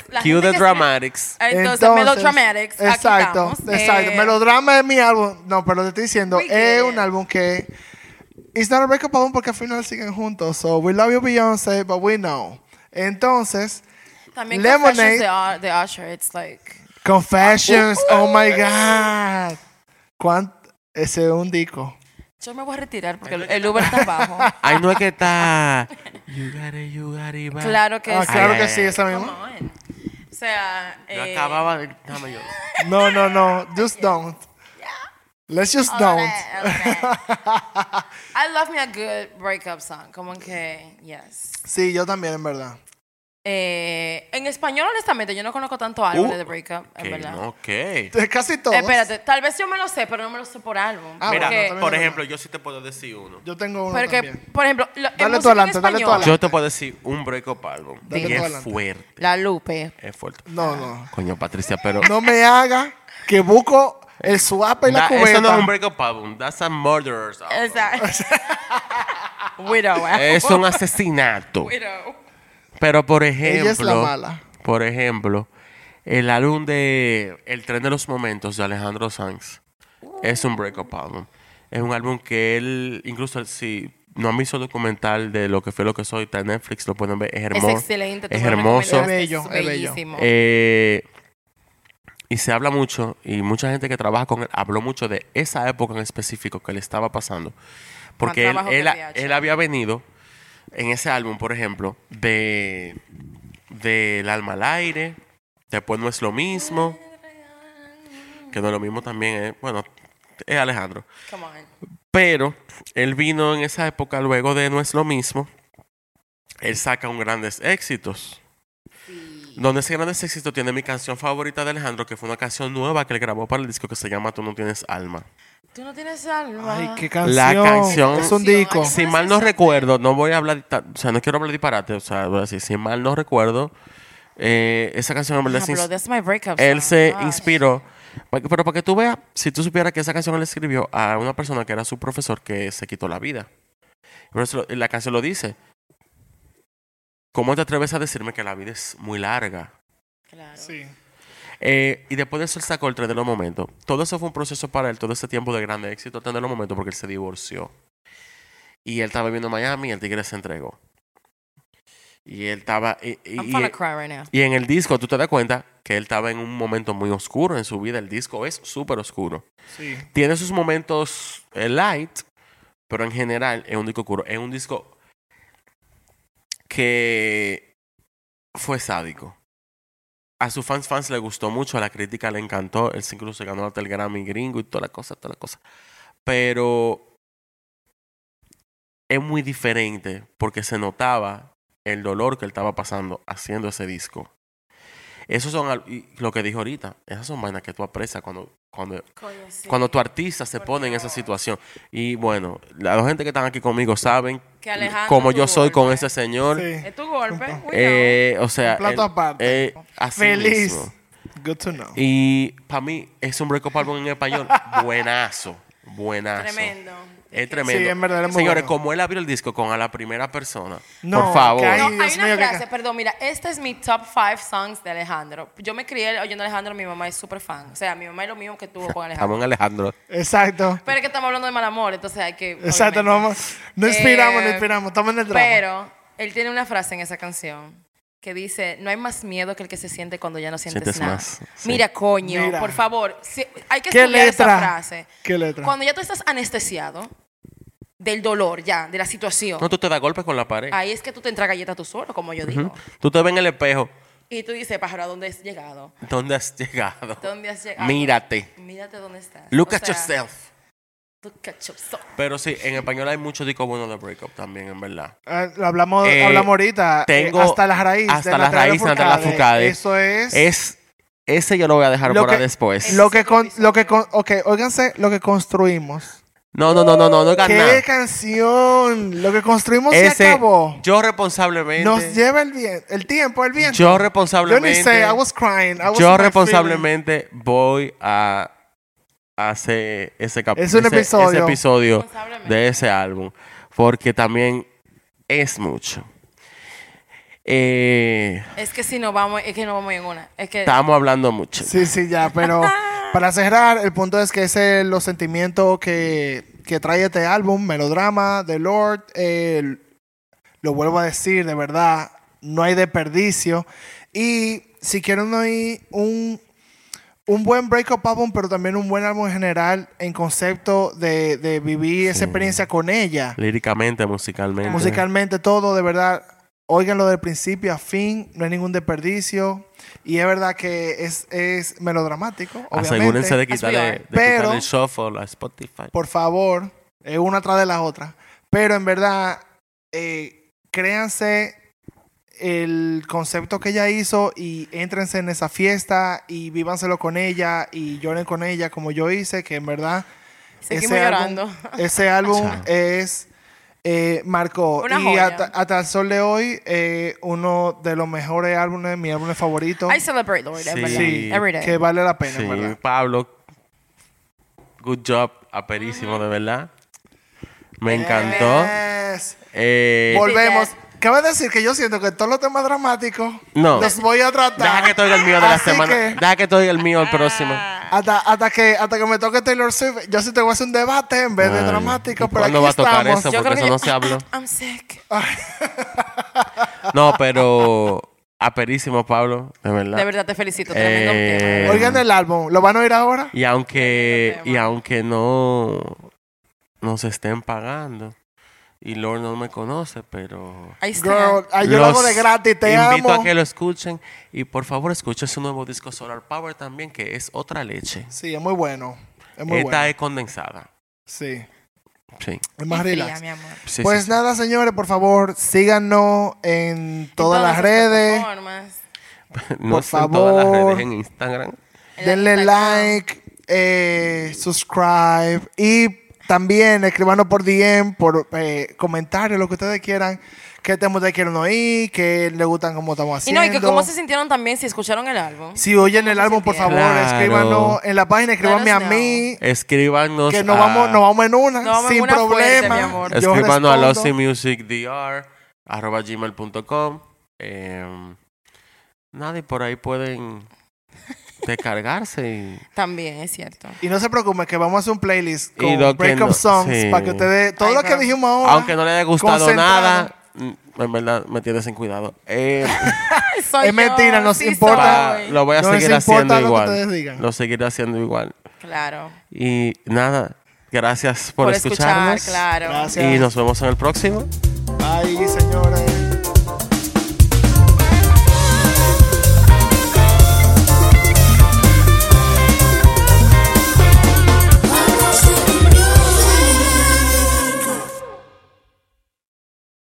S4: la
S3: Cue
S4: gente
S3: the
S4: que-
S3: dramatics.
S4: Entonces, Melodramatics, aquí
S2: Exacto,
S4: estamos,
S2: exacto.
S4: eh,
S2: Melodrama es mi álbum. No, pero te estoy diciendo,
S4: We
S2: es
S4: get
S2: un
S4: it.
S2: álbum que it's not a breakup album porque al final siguen juntos. So we love you Beyoncé, but we know. Entonces,
S4: También
S2: Lemonade.
S4: Confessions de, Ar- de Usher, it's like...
S2: Confessions, oh my god. ¿Cuánto? Ese es un disco.
S4: Yo me voy a retirar porque el, el Uber está bajo.
S3: Ay, no es que está. You got it, you got it, bye.
S4: claro que
S2: Ah,
S4: sí.
S2: claro
S3: Ay,
S2: que
S3: ay,
S2: sí,
S3: ay.
S2: esa
S4: Come
S2: misma.
S4: on. O sea...
S3: Yo
S4: eh,
S3: acababa de. Déjame yo.
S2: No, no, no. Just don't. Let's just don't.
S4: I love me a good breakup song. Como que, yes.
S2: Sí, yo también, en verdad.
S4: Eh, en español, honestamente, yo no conozco tanto álbum
S3: Uh,
S4: de breakup, en
S3: Ok,
S4: verdad.
S3: no, ok.
S2: De Casi todos.
S4: Espérate, tal vez yo me lo sé, pero no me lo sé por álbum.
S2: Ah, bueno,
S3: Mira,
S4: porque,
S2: también
S3: por
S2: es
S3: ejemplo, yo sí te puedo decir uno.
S2: Yo tengo uno
S4: porque,
S2: también.
S4: por ejemplo, lo-
S2: Dale
S4: en
S2: tú
S4: música en
S2: adelante, dale tú
S4: español,
S2: adelante.
S3: Yo te puedo decir un breakup album.
S2: Dale
S3: Y
S2: tú
S3: es
S2: adelante.
S3: fuerte.
S4: La Lupe.
S3: Es fuerte.
S2: No, no.
S3: Coño, Patricia, pero.
S2: No me haga que busco el swap y la
S3: Na-
S2: cubeta.
S3: eso no es un breakup album. That's a murderer's album.
S4: Exacto. Widow. ¿eh?
S3: Es un asesinato.
S4: Widow.
S3: Pero por
S2: es
S3: ejemplo.
S2: la mala.
S3: Por ejemplo, el álbum de El tren de los momentos de Alejandro Sanz es un breakup album. Es un álbum que él, incluso si no han visto el documental de lo que fue lo que soy, está en Netflix, lo pueden ver, es
S4: Es
S3: hermoso.
S4: excelente. tú
S3: Es
S4: me lo
S3: hermoso.
S4: recomendaste,
S2: Es bello, es bello.
S4: bellísimo.
S3: Eh, y se habla mucho, y mucha gente que trabaja con él habló mucho de esa época en específico que le estaba pasando. Porque él,
S4: trabajo que
S3: él,
S4: había hecho.
S3: él había venido en ese álbum, por ejemplo, de, de El alma al aire, después no es lo mismo, que no es lo mismo también, es, bueno, es Alejandro.
S4: Come on.
S3: Pero él vino en esa época, luego de No es lo mismo, él saca un grandes éxitos. Donde ese grande éxito tiene mi canción favorita de Alejandro, que fue una canción nueva que él grabó para el disco que se llama Tú no tienes alma.
S4: Tú no tienes alma.
S2: Ay, qué canción.
S3: La canción-
S2: Es un disco.
S4: Sí.
S3: Si mal no recuerdo, no voy a hablar, ta- o sea, no quiero hablar disparate, o sea, voy a decir, si mal no recuerdo, eh, esa canción en verdad se
S4: Ah, bro,
S3: ins-
S4: that's my breakup
S3: él
S4: song.
S3: se
S4: Gosh.
S3: inspiró. Pa- Pero para que tú veas, si tú supieras que esa canción él escribió a una persona que era su profesor que se quitó la vida. Por eso lo- la canción lo dice. ¿Cómo te atreves a decirme que la vida es muy larga?
S4: Claro.
S2: Sí.
S3: Eh, y después de eso él sacó el tren de los momentos. Todo eso fue un proceso para él, todo ese tiempo de grande éxito, el tren de los momentos, porque él se divorció. Y él estaba viviendo en Miami y el tigre se entregó. Y él estaba... Y, y-
S4: I'm
S3: y-
S4: gonna cry right now.
S3: y en el disco tú te das cuenta que él estaba en un momento muy oscuro en su vida. El disco es súper oscuro.
S2: Sí.
S3: Tiene sus momentos eh, light, pero en general es un disco oscuro. Es un disco que fue sádico. A sus fans fans le gustó mucho, a la crítica le encantó. Él incluso ganó hasta el Grammy gringo y toda la cosa, toda la cosa. Pero es muy diferente porque se notaba el dolor que él estaba pasando haciendo ese disco. Esos son al- y lo que dijo ahorita. Esas son vainas que tú aprecias cuando, cuando cuando tu artista se
S4: por
S3: pone en esa
S4: favor.
S3: situación. Y bueno, la gente que están aquí conmigo saben
S4: Que Alejandro
S3: cómo yo
S4: tuvo
S3: soy con
S4: golpe.
S3: ese señor.
S2: Sí.
S4: Es tu golpe.
S2: Un
S4: we know.
S3: Eh, o sea,
S2: Un plato
S3: él-
S2: aparte.
S3: eh, así
S2: Feliz.
S3: mismo.
S2: Good to know.
S3: Y para mí es un breakup álbum en español buenazo, buenazo.
S4: Tremendo.
S3: Es
S2: Sí,
S3: tremendo.
S2: en verdad era muy
S3: Señores,
S2: bueno.
S3: como él abrió el disco con a la primera persona,
S2: No,
S3: por favor.
S2: que
S4: No,
S2: Ay,
S4: hay
S2: Dios mío,
S4: una
S2: qué ca-
S4: frase, perdón, mira, este es mi top 5 songs de Alejandro. Yo me crié oyendo a Alejandro, mi mamá es súper fan. O sea, mi mamá es lo mismo que tuvo con Alejandro.
S3: Estamos en Alejandro.
S2: Exacto.
S4: Pero es que estamos hablando de mal amor, entonces hay que...
S2: Exacto. No,
S4: obviamente.
S2: vamos- no inspiramos, no
S4: Eh,
S2: inspiramos. Estamos en el drama.
S4: Pero él tiene una frase en esa canción que dice, no hay más miedo que el que se siente cuando ya no sientes,
S3: Sientes
S4: nada.
S3: más, sí.
S4: Mira, coño,
S2: Mira.
S4: por favor, si- hay que
S2: ¿Qué
S4: estudiar
S2: letra?
S4: esa frase.
S2: ¿Qué letra?
S4: Cuando ya tú estás anestesiado del dolor ya, de la situación,
S3: No, tú te das golpes con la pared.
S4: ahí es que tú te entras galleta tú solo, como yo digo.
S3: Tú te ves en el espejo.
S4: Y tú dices, pájaro, ¿a dónde has llegado?
S3: ¿Dónde has llegado?
S4: ¿Dónde has llegado?
S3: Mírate.
S4: Mírate dónde estás.
S3: Look
S4: O
S3: at
S4: sea,
S3: yourself.
S4: Look at yourself.
S3: Pero sí, en español hay muchos discos buenos de breakup también, en verdad.
S2: Ah, lo hablamos,
S3: Eh,
S2: hablamos ahorita. eh,
S3: tengo-
S2: hasta las raíces.
S3: hasta las raíces de Natalia Furcade.
S2: Eso es.
S3: Es ese yo lo voy a dejar
S2: Lo
S3: para
S2: que-
S3: después.
S2: Lo que, con- lo que con- ok, óiganse lo que construimos.
S3: no, no, no, no, no, no
S2: ¡Qué
S3: ganar.
S2: canción! Lo que construimos se
S3: Ese
S2: acabó.
S3: yo responsablemente.
S2: Nos lleva el, bien, el tiempo, el viento.
S3: yo
S2: Yo ni
S3: responsablemente.
S2: sé, I was crying. I was in
S3: yo
S2: my
S3: responsablemente voy a a hacer ese cap-
S2: Es un
S3: ese-
S2: episodio.
S3: ese episodio
S4: Responsablemente.
S3: de ese álbum porque también es mucho. Eh,
S4: Es que si no vamos, es que no vamos en una. Es que...
S3: estamos hablando mucho.
S2: feeling. Sí, sí, ya, pero para cerrar, el punto es que ese es los sentimientos que, que trae este álbum, melodrama, The Lord. eh, lo vuelvo a decir, de verdad, no hay desperdicio. Y si quieren oír un un buen breakup album, pero también un buen álbum en general en concepto de, de vivir esa
S3: Sí.
S2: experiencia con ella.
S3: Líricamente, musicalmente.
S2: Musicalmente todo, de verdad. Óiganlo del principio a fin, no hay ningún desperdicio. Y es verdad que es, es melodramático,
S3: Ah,
S2: obviamente.
S3: Asegúrense de quitarle,
S4: As we
S3: de
S4: are.
S2: Pero-
S3: quitarle el shuffle a Spotify.
S2: Por favor, eh, una tras de la otra. Pero en verdad, eh, créanse el concepto que ella hizo y éntrense en esa fiesta y vívanselo con ella y lloren con ella como yo hice, que en verdad...
S4: Seguimos
S2: ese
S4: llorando.
S2: Álbum, ese álbum
S3: Chao.
S2: es... eh, marcó
S4: Una
S2: y
S4: joya.
S2: hasta, hasta el sol de hoy eh, uno de los mejores álbumes mi álbum favorito
S4: I celebrate Lord
S3: Sí.
S4: every,
S2: sí,
S4: day. every day.
S2: que vale la pena
S3: Sí,
S2: en verdad
S3: Pablo, good job, aperísimo, de verdad.
S2: Eh,
S3: Me encantó.
S2: Yes.
S3: Eh,
S2: Volvemos. Cabe decir que yo siento que todos los temas dramáticos
S3: No.
S2: los voy a tratar.
S3: deja que te oiga el mío de la
S2: Así
S3: semana.
S2: que Ah,
S3: Deja que te oiga el mío el próximo.
S2: hasta, hasta que hasta que me toque Taylor Swift, yo sí te voy a hacer un debate en vez de
S3: Ay,
S2: dramático,
S3: ¿y
S2: pero aquí
S3: cuándo va a tocar
S2: estamos.
S3: eso? porque eso no se habló.
S4: I'm sick.
S3: No, pero aperísimo, Pablo, de verdad.
S4: De verdad te felicito.
S3: Eh,
S4: Tremendo tema.
S2: Oigan el álbum, ¿lo van a oír ahora?
S3: Y aunque, y
S4: tema.
S3: aunque no nos estén pagando, y Lord no me conoce, pero...
S4: Ahí está.
S2: Girl, ay, yo lo hago de
S3: Los
S2: gratis, te
S3: invito
S2: amo.
S3: a que lo escuchen y por favor escuchen su nuevo disco Solar Power también, que es otra leche.
S2: Sí, es muy bueno. Es muy
S3: Esta
S2: bueno.
S3: es condensada.
S2: Sí,
S3: Sí.
S2: es más
S4: Y fría,
S2: relax.
S4: mi amor.
S3: Sí,
S2: pues
S3: sí, sí.
S2: nada, señores, por favor, síganos en todas las redes.
S4: plataformas.
S3: No
S2: Por
S3: es en todas las
S2: favor.
S3: redes, en Instagram.
S2: Denle like, eh, subscribe y también escribanos por DM, por eh, comentarios, lo que ustedes quieran. ¿Qué temas ustedes quieren oír? ¿Qué les gustan cómo estamos
S4: Y
S2: haciendo?
S4: no, y que cómo se sintieron también si escucharon el álbum.
S2: Si oyen el álbum, por favor,
S3: Claro.
S2: escríbanos en la página, escríbanme a
S4: Let us know.
S2: mí.
S3: Escríbanos
S2: Que nos
S3: a-
S2: vamos, nos vamos en una,
S4: Nos vamos en
S2: sin
S4: una fuerte,
S2: problema.
S4: mi amor.
S2: Yo
S3: Escribanos ah.
S2: respondo.
S3: a lostymusicdr arroba gmail.com. Eh, nada, y por ahí pueden descargarse. y-
S4: También, es cierto.
S2: Y no se preocupen que vamos a hacer un playlist
S3: Y
S2: con
S3: lo que
S2: breakup
S3: no-
S2: songs
S3: sí.
S2: para que ustedes todo
S4: Ay,
S2: lo que
S4: bro.
S2: dijimos ahora
S3: Aunque no le haya gustado
S2: concentrado.
S3: nada, mm, en verdad me tienes en cuidado. Eh,
S4: Soy
S2: Es mentira,
S4: yo,
S2: nos
S4: sí
S2: importa.
S3: va-
S4: soy.
S3: lo voy a
S2: No les
S3: seguir
S2: importa
S3: haciendo
S2: lo que ustedes
S3: igual.
S2: digan.
S3: Lo seguiré haciendo igual.
S4: Claro.
S3: Y nada, gracias por,
S4: Por escuchar,
S3: escucharnos.
S4: claro.
S2: Gracias.
S3: Y nos vemos en el próximo.
S2: Ay, señores.